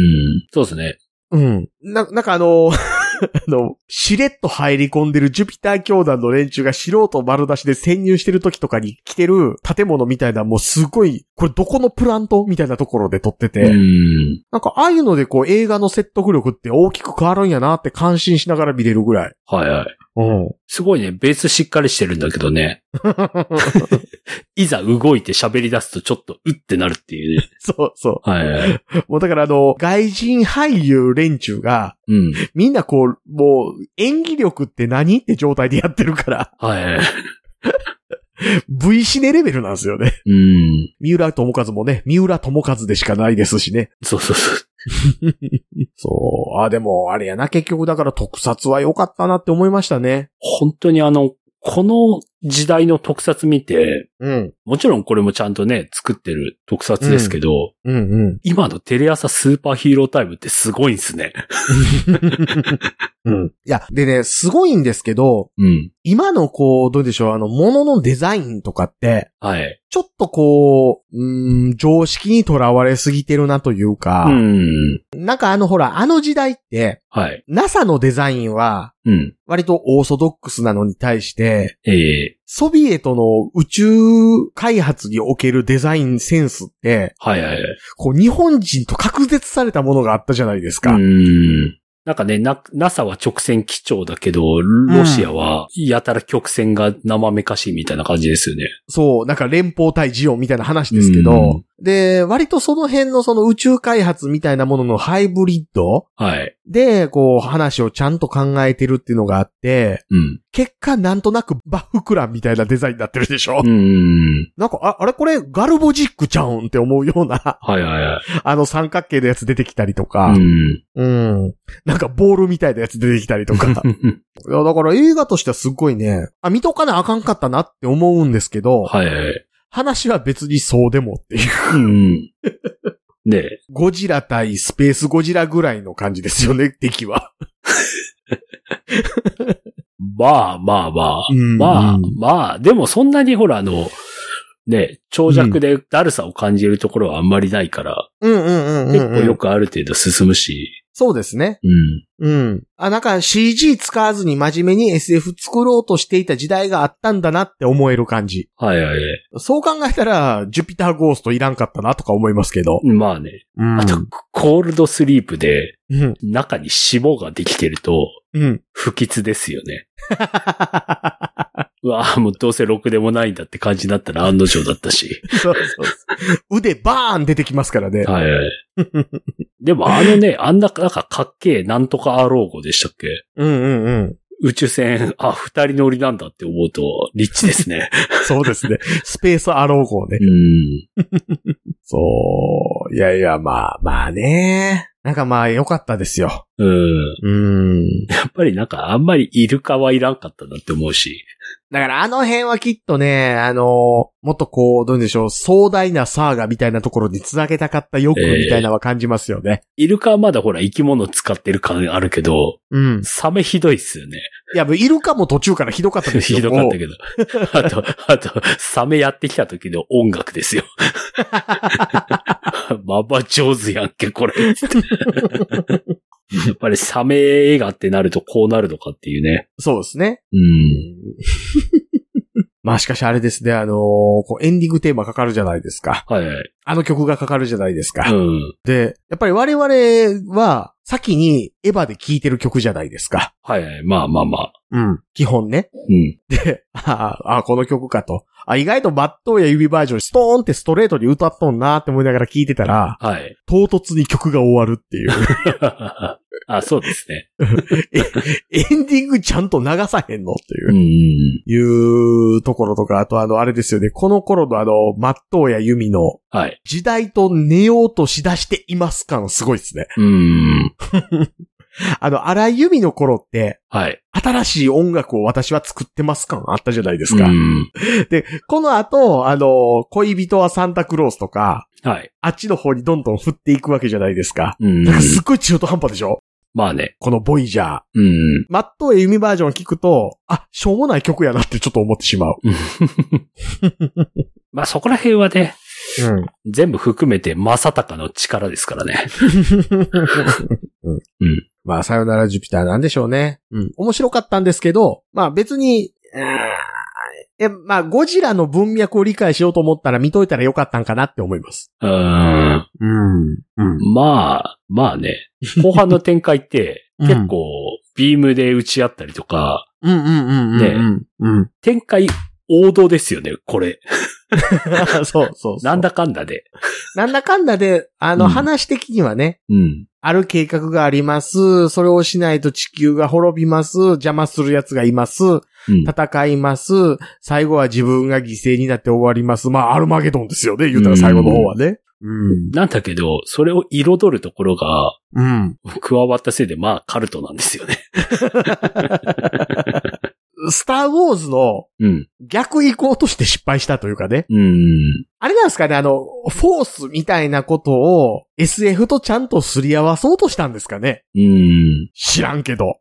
[SPEAKER 4] そうですね。
[SPEAKER 3] うん。な、なんかあの あの、しれっと入り込んでるジュピター教団の連中が素人丸出しで潜入してる時とかに来てる建物みたいな、もうすごい、これどこのプラントみたいなところで撮ってて、
[SPEAKER 4] うん。
[SPEAKER 3] なんかああいうのでこう映画の説得力って大きく変わるんやなって感心しながら見れるぐらい。
[SPEAKER 4] はいはい。
[SPEAKER 3] うん。
[SPEAKER 4] すごいね、ベースしっかりしてるんだけどね。いざ動いて喋り出すとちょっとうってなるっていうね。
[SPEAKER 3] そうそ
[SPEAKER 4] はいはい。
[SPEAKER 3] う。もうだからあの、外人俳優連中が、
[SPEAKER 4] うん。
[SPEAKER 3] みんなこう、もう演技力って何って状態でやってるから、
[SPEAKER 4] はいはい。
[SPEAKER 3] V シネレベルなんですよね。
[SPEAKER 4] うん。
[SPEAKER 3] 三浦友和もね、三浦友和でしかないですしね。
[SPEAKER 4] そうそうそう。
[SPEAKER 3] そう。あ、でも、あれやな、結局だから特撮は良かったなって思いましたね。
[SPEAKER 4] 本当にあの、この時代の特撮見て、
[SPEAKER 3] うん。
[SPEAKER 4] もちろんこれもちゃんとね、作ってる特撮ですけど、
[SPEAKER 3] うんうん。
[SPEAKER 4] 今のテレ朝スーパーヒーロータイムってすごいんすね。
[SPEAKER 3] うん。いや、でね、すごいんですけど、
[SPEAKER 4] うん。
[SPEAKER 3] 今のこう、どうでしょう、あの、物のデザインとかって、
[SPEAKER 4] はい。
[SPEAKER 3] ちょっとこう、うーん、常識にとらわれすぎてるなというか、
[SPEAKER 4] うん。
[SPEAKER 3] なんかあの、ほら、あの時代って、
[SPEAKER 4] はい。
[SPEAKER 3] NASA のデザインは、
[SPEAKER 4] うん。
[SPEAKER 3] 割とオーソドックスなのに対して、
[SPEAKER 4] ええ
[SPEAKER 3] ソビエトの宇宙開発におけるデザインセンスって、
[SPEAKER 4] はいはいはい。
[SPEAKER 3] こう日本人と隔絶されたものがあったじゃないですか。
[SPEAKER 4] うん。なんかね、な、NASA は直線基調だけど、ロシアはやたら曲線が生めかしいみたいな感じですよね。
[SPEAKER 3] そう、なんか連邦対ジオンみたいな話ですけど、で、割とその辺のその宇宙開発みたいなもののハイブリッド
[SPEAKER 4] はい。
[SPEAKER 3] で、こう話をちゃんと考えてるっていうのがあって、
[SPEAKER 4] うん。
[SPEAKER 3] 結果なんとなくバッフクランみたいなデザインになってるでしょ、
[SPEAKER 4] うん。
[SPEAKER 3] なんか、あ、あれこれガルボジックちゃうんって思うような、
[SPEAKER 4] はいはいはい。
[SPEAKER 3] あの三角形のやつ出てきたりとか、
[SPEAKER 4] うん。
[SPEAKER 3] うん。なんかボールみたいなやつ出てきたりとか。 いや、だから映画としてはすっごいね、あ、見とかなあかんかったなって思うんですけど、
[SPEAKER 4] はいはい。
[SPEAKER 3] 話は別にそうでもっていう。
[SPEAKER 4] うん。ねえ
[SPEAKER 3] ゴジラ対スペースゴジラぐらいの感じですよね、 敵は。
[SPEAKER 4] まあまあまあ。
[SPEAKER 3] うん
[SPEAKER 4] まあ
[SPEAKER 3] うん
[SPEAKER 4] まあ、でもそんなにほらあの、ね、長尺でだるさを感じるところはあんまりないから、
[SPEAKER 3] うんうんうんうん、
[SPEAKER 4] 結構よくある程度進むし、
[SPEAKER 3] そうですね。
[SPEAKER 4] うん。
[SPEAKER 3] うん。あ、なんか CG 使わずに真面目に SF 作ろうとしていた時代があったんだなって思える感じ。
[SPEAKER 4] はいはいはい。
[SPEAKER 3] そう考えたら、ジュピターゴーストいらんかったなとか思いますけど。
[SPEAKER 4] まあね。
[SPEAKER 3] うん
[SPEAKER 4] あと、コールドスリープで
[SPEAKER 3] うん。
[SPEAKER 4] 中に脂肪ができてると
[SPEAKER 3] うん。
[SPEAKER 4] 不吉ですよね。うわあ、もうどうせろくでもないんだって感じになったら案の定だっ たし。
[SPEAKER 3] そうそうそう。腕バーン出てきますから ね。
[SPEAKER 4] はいはい。でもあのね、あんな、なんかかっけえなんとかアローゴでしたっけ
[SPEAKER 3] うんうんうん。
[SPEAKER 4] 宇宙船、 あ、二人乗りなんだって思うと、リッチですね。
[SPEAKER 3] そうですね。スペースアロー号ね。
[SPEAKER 4] うん。
[SPEAKER 3] そう。いやいや、まあまあね。なんかまあ良かったですよ。
[SPEAKER 4] うん。
[SPEAKER 3] うん。
[SPEAKER 4] やっぱりなんかあんまりイルカはいらんかったなって思うし。
[SPEAKER 3] だからあの辺はきっとね、あの、もっとこう、どうでしょう、壮大なサーガみたいなところに繋げたかった欲みたいなのは感じますよね。
[SPEAKER 4] イルカはまだほら生き物使ってる感あるけど、
[SPEAKER 3] うん。
[SPEAKER 4] サメひどいっすよ ね。
[SPEAKER 3] いや、もうイルカも途中からひどかったですよ。
[SPEAKER 4] ひどかった
[SPEAKER 3] も
[SPEAKER 4] けど。あと、あと、サメやってきた時の音楽です よ。まば上手やんけ、 これ。つってやっぱりサメ映画ってなるとこうなるのかっていうね。
[SPEAKER 3] うそうですね。
[SPEAKER 4] うん。
[SPEAKER 3] まあしかしあれですね、あのこうエンディングテーマかかるじゃないですか。
[SPEAKER 4] はいはい。
[SPEAKER 3] あの曲がかかるじゃないですか。
[SPEAKER 4] うん。
[SPEAKER 3] で、やっぱり我々は先にエヴァで聴いてる曲じゃないですか。
[SPEAKER 4] はいはい。まあまあまあ。
[SPEAKER 3] うん。基本ね。
[SPEAKER 4] うん。
[SPEAKER 3] で、ああ、ああこの曲かと。あ、意外とバットや指バージョン、ストーンってストレートに歌っとんなって思いながら聞いてたら、
[SPEAKER 4] はい。
[SPEAKER 3] 唐突に曲が終わるっていう。
[SPEAKER 4] あ、そうですね。
[SPEAKER 3] エンディングちゃんと流さへんのっていうう、い
[SPEAKER 4] ん。
[SPEAKER 3] うところとか、あとあの、あれですよね、この頃のあの、マットやユミの
[SPEAKER 4] はい。
[SPEAKER 3] 時代と寝ようとしだしています感すごいですね。
[SPEAKER 4] うん。
[SPEAKER 3] あの、荒井由実の頃って、
[SPEAKER 4] はい。
[SPEAKER 3] 新しい音楽を私は作ってます感あったじゃないですか。
[SPEAKER 4] うん。
[SPEAKER 3] この後、あの、恋人はサンタクロースとか、
[SPEAKER 4] はい。
[SPEAKER 3] あっちの方にどんどん振っていくわけじゃないですか。
[SPEAKER 4] うん
[SPEAKER 3] なん。かすっごい中途半端でしょ
[SPEAKER 4] まあね。
[SPEAKER 3] このボイジャー。
[SPEAKER 4] うん。
[SPEAKER 3] マットエユミバージョンを聞くと、あ、しょうもない曲やなってちょっと思ってしまう。
[SPEAKER 4] まあそこら辺はね、
[SPEAKER 3] うん。
[SPEAKER 4] 全部含めて、正隆の力ですからね。
[SPEAKER 3] うん。まあ、さよならジュピターなんでしょうね。うん。面白かったんですけど、まあ別に、うーんえ、まあ、ゴジラの文脈を理解しようと思ったら見といたらよかったんかなって思います。
[SPEAKER 4] うん。
[SPEAKER 3] うん。うん。
[SPEAKER 4] まあ、まあね。後半の展開 って、
[SPEAKER 3] うん
[SPEAKER 4] 結構、ビームで打ち合ったりとか、
[SPEAKER 3] うんうんうん
[SPEAKER 4] うん
[SPEAKER 3] うん。うん。
[SPEAKER 4] 展開王道ですよね、これ。
[SPEAKER 3] そうそう
[SPEAKER 4] なんだかんだで。
[SPEAKER 3] なんだかんだで、あの、
[SPEAKER 4] うん
[SPEAKER 3] 話的にはね、
[SPEAKER 4] うん。
[SPEAKER 3] ある計画があります。それをしないと地球が滅びます。邪魔する奴がいます。
[SPEAKER 4] うん。
[SPEAKER 3] 戦います。最後は自分が犠牲になって終わります。まあ、アルマゲドンですよね。言うたら最後の方はね。うん。
[SPEAKER 4] なんだけど、それを彩るところが
[SPEAKER 3] うん。
[SPEAKER 4] 加わったせいで、まあ、カルトなんですよね。
[SPEAKER 3] スターウォーズの
[SPEAKER 4] うん。
[SPEAKER 3] 逆行こうとして失敗したというかね。
[SPEAKER 4] うん。
[SPEAKER 3] あれなんですかね、あの、フォースみたいなことを SF とちゃんとすり合わそうとしたんですかね。
[SPEAKER 4] うん。
[SPEAKER 3] 知らんけど。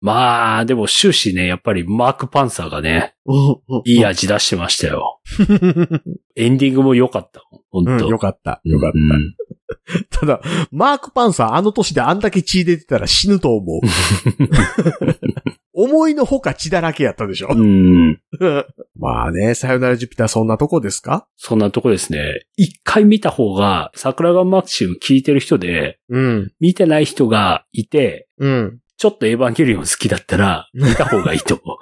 [SPEAKER 4] まあ、でも終始ね、やっぱりマークパンサーがね、いい味出してましたよ。エンディングも良かったもん。
[SPEAKER 3] う
[SPEAKER 4] 本
[SPEAKER 3] ん、
[SPEAKER 4] 当、
[SPEAKER 3] よかった。よかっ
[SPEAKER 4] うん
[SPEAKER 3] た。ただ、マークパンサーあの年であんだけ血出てたら死ぬと 思う。思いのほか血だらけやったでしょ。
[SPEAKER 4] うん。
[SPEAKER 3] まあね、さよならジュピターそんなとこですか
[SPEAKER 4] そんなとこですね。一回見た方が、桜川マキシム聞いてる人で、
[SPEAKER 3] うん。
[SPEAKER 4] 見てない人がいて、
[SPEAKER 3] うん。
[SPEAKER 4] ちょっとエヴァンゲリオン好きだったら、見た方がいいと思う。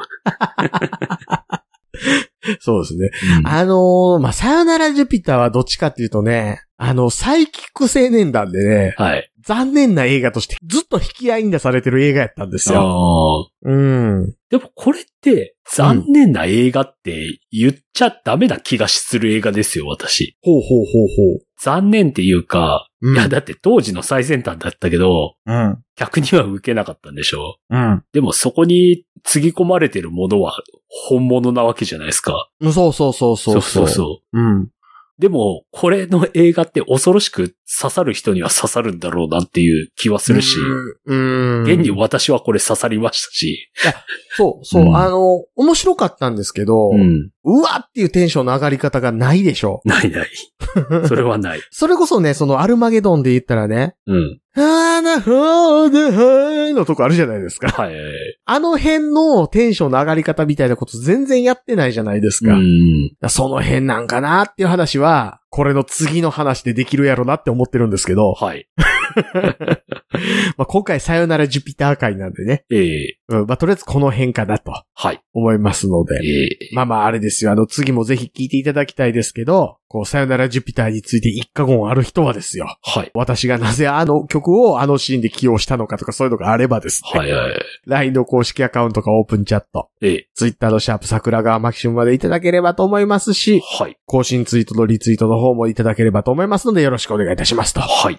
[SPEAKER 3] そうですね。
[SPEAKER 4] うん
[SPEAKER 3] あのーまあ、さよならジュピターはどっちかっていうとね、あの、サイキック青年団でね、
[SPEAKER 4] はい。
[SPEAKER 3] 残念な映画としてずっと引き合いに出されてる映画やったんですよ。
[SPEAKER 4] あー
[SPEAKER 3] うん。
[SPEAKER 4] でもこれって、残念な映画って言っちゃダメな気がする映画ですよ、私。
[SPEAKER 3] ほうほうほうほう。
[SPEAKER 4] 残念っていうか、
[SPEAKER 3] うん。
[SPEAKER 4] いや、だって当時の最先端だったけど、
[SPEAKER 3] うん。
[SPEAKER 4] 客には受けなかったんでしょ
[SPEAKER 3] うん。
[SPEAKER 4] でもそこにつぎ込まれてるものは本物なわけじゃないですか。
[SPEAKER 3] そうそうそうそう。。
[SPEAKER 4] そう
[SPEAKER 3] うん。
[SPEAKER 4] でも、これの映画って恐ろしく刺さる人には刺さるんだろうなっていう気はするし、
[SPEAKER 3] うん。
[SPEAKER 4] 現に私はこれ刺さりましたし、
[SPEAKER 3] そうそう、
[SPEAKER 4] うん。
[SPEAKER 3] あの、面白かったんですけど、うんわっていうテンションの上がり方がないでしょ。
[SPEAKER 4] な いない。それはない。
[SPEAKER 3] それこそね、そのアルマゲドンで言ったらね、
[SPEAKER 4] うん。
[SPEAKER 3] あーなほーではーのとこあるじゃないですか。
[SPEAKER 4] はい。
[SPEAKER 3] あの辺のテンションの上がり方みたいなこと全然やってないじゃないです
[SPEAKER 4] う
[SPEAKER 3] か。
[SPEAKER 4] ん。
[SPEAKER 3] その辺なんかなっていう話は、これの次の話でできるやろなって思ってるんですけど、
[SPEAKER 4] はい。
[SPEAKER 3] まあ、今回さよならジュピター会なんでね、
[SPEAKER 4] ええ
[SPEAKER 3] うん、まあ、とりあえずこの辺かなと
[SPEAKER 4] はい。
[SPEAKER 3] 思いますので、
[SPEAKER 4] ええ
[SPEAKER 3] まあまああれですよ、あの次もぜひ聞いていただきたいですけど、こうさよならジュピターについて一過言ある人はですよ、
[SPEAKER 4] はい。
[SPEAKER 3] 私がなぜあの曲をあのシーンで起用したのかとかそういうのがあればですね、
[SPEAKER 4] はいはい。
[SPEAKER 3] LINE の公式アカウントかオープンチャット、
[SPEAKER 4] ええ
[SPEAKER 3] Twitter のシャープ桜川マキシムまでいただければと思いますし、
[SPEAKER 4] はい。
[SPEAKER 3] 更新ツイートのリツイートの方もいただければと思いますのでよろしくお願いいたしますと。
[SPEAKER 4] はい。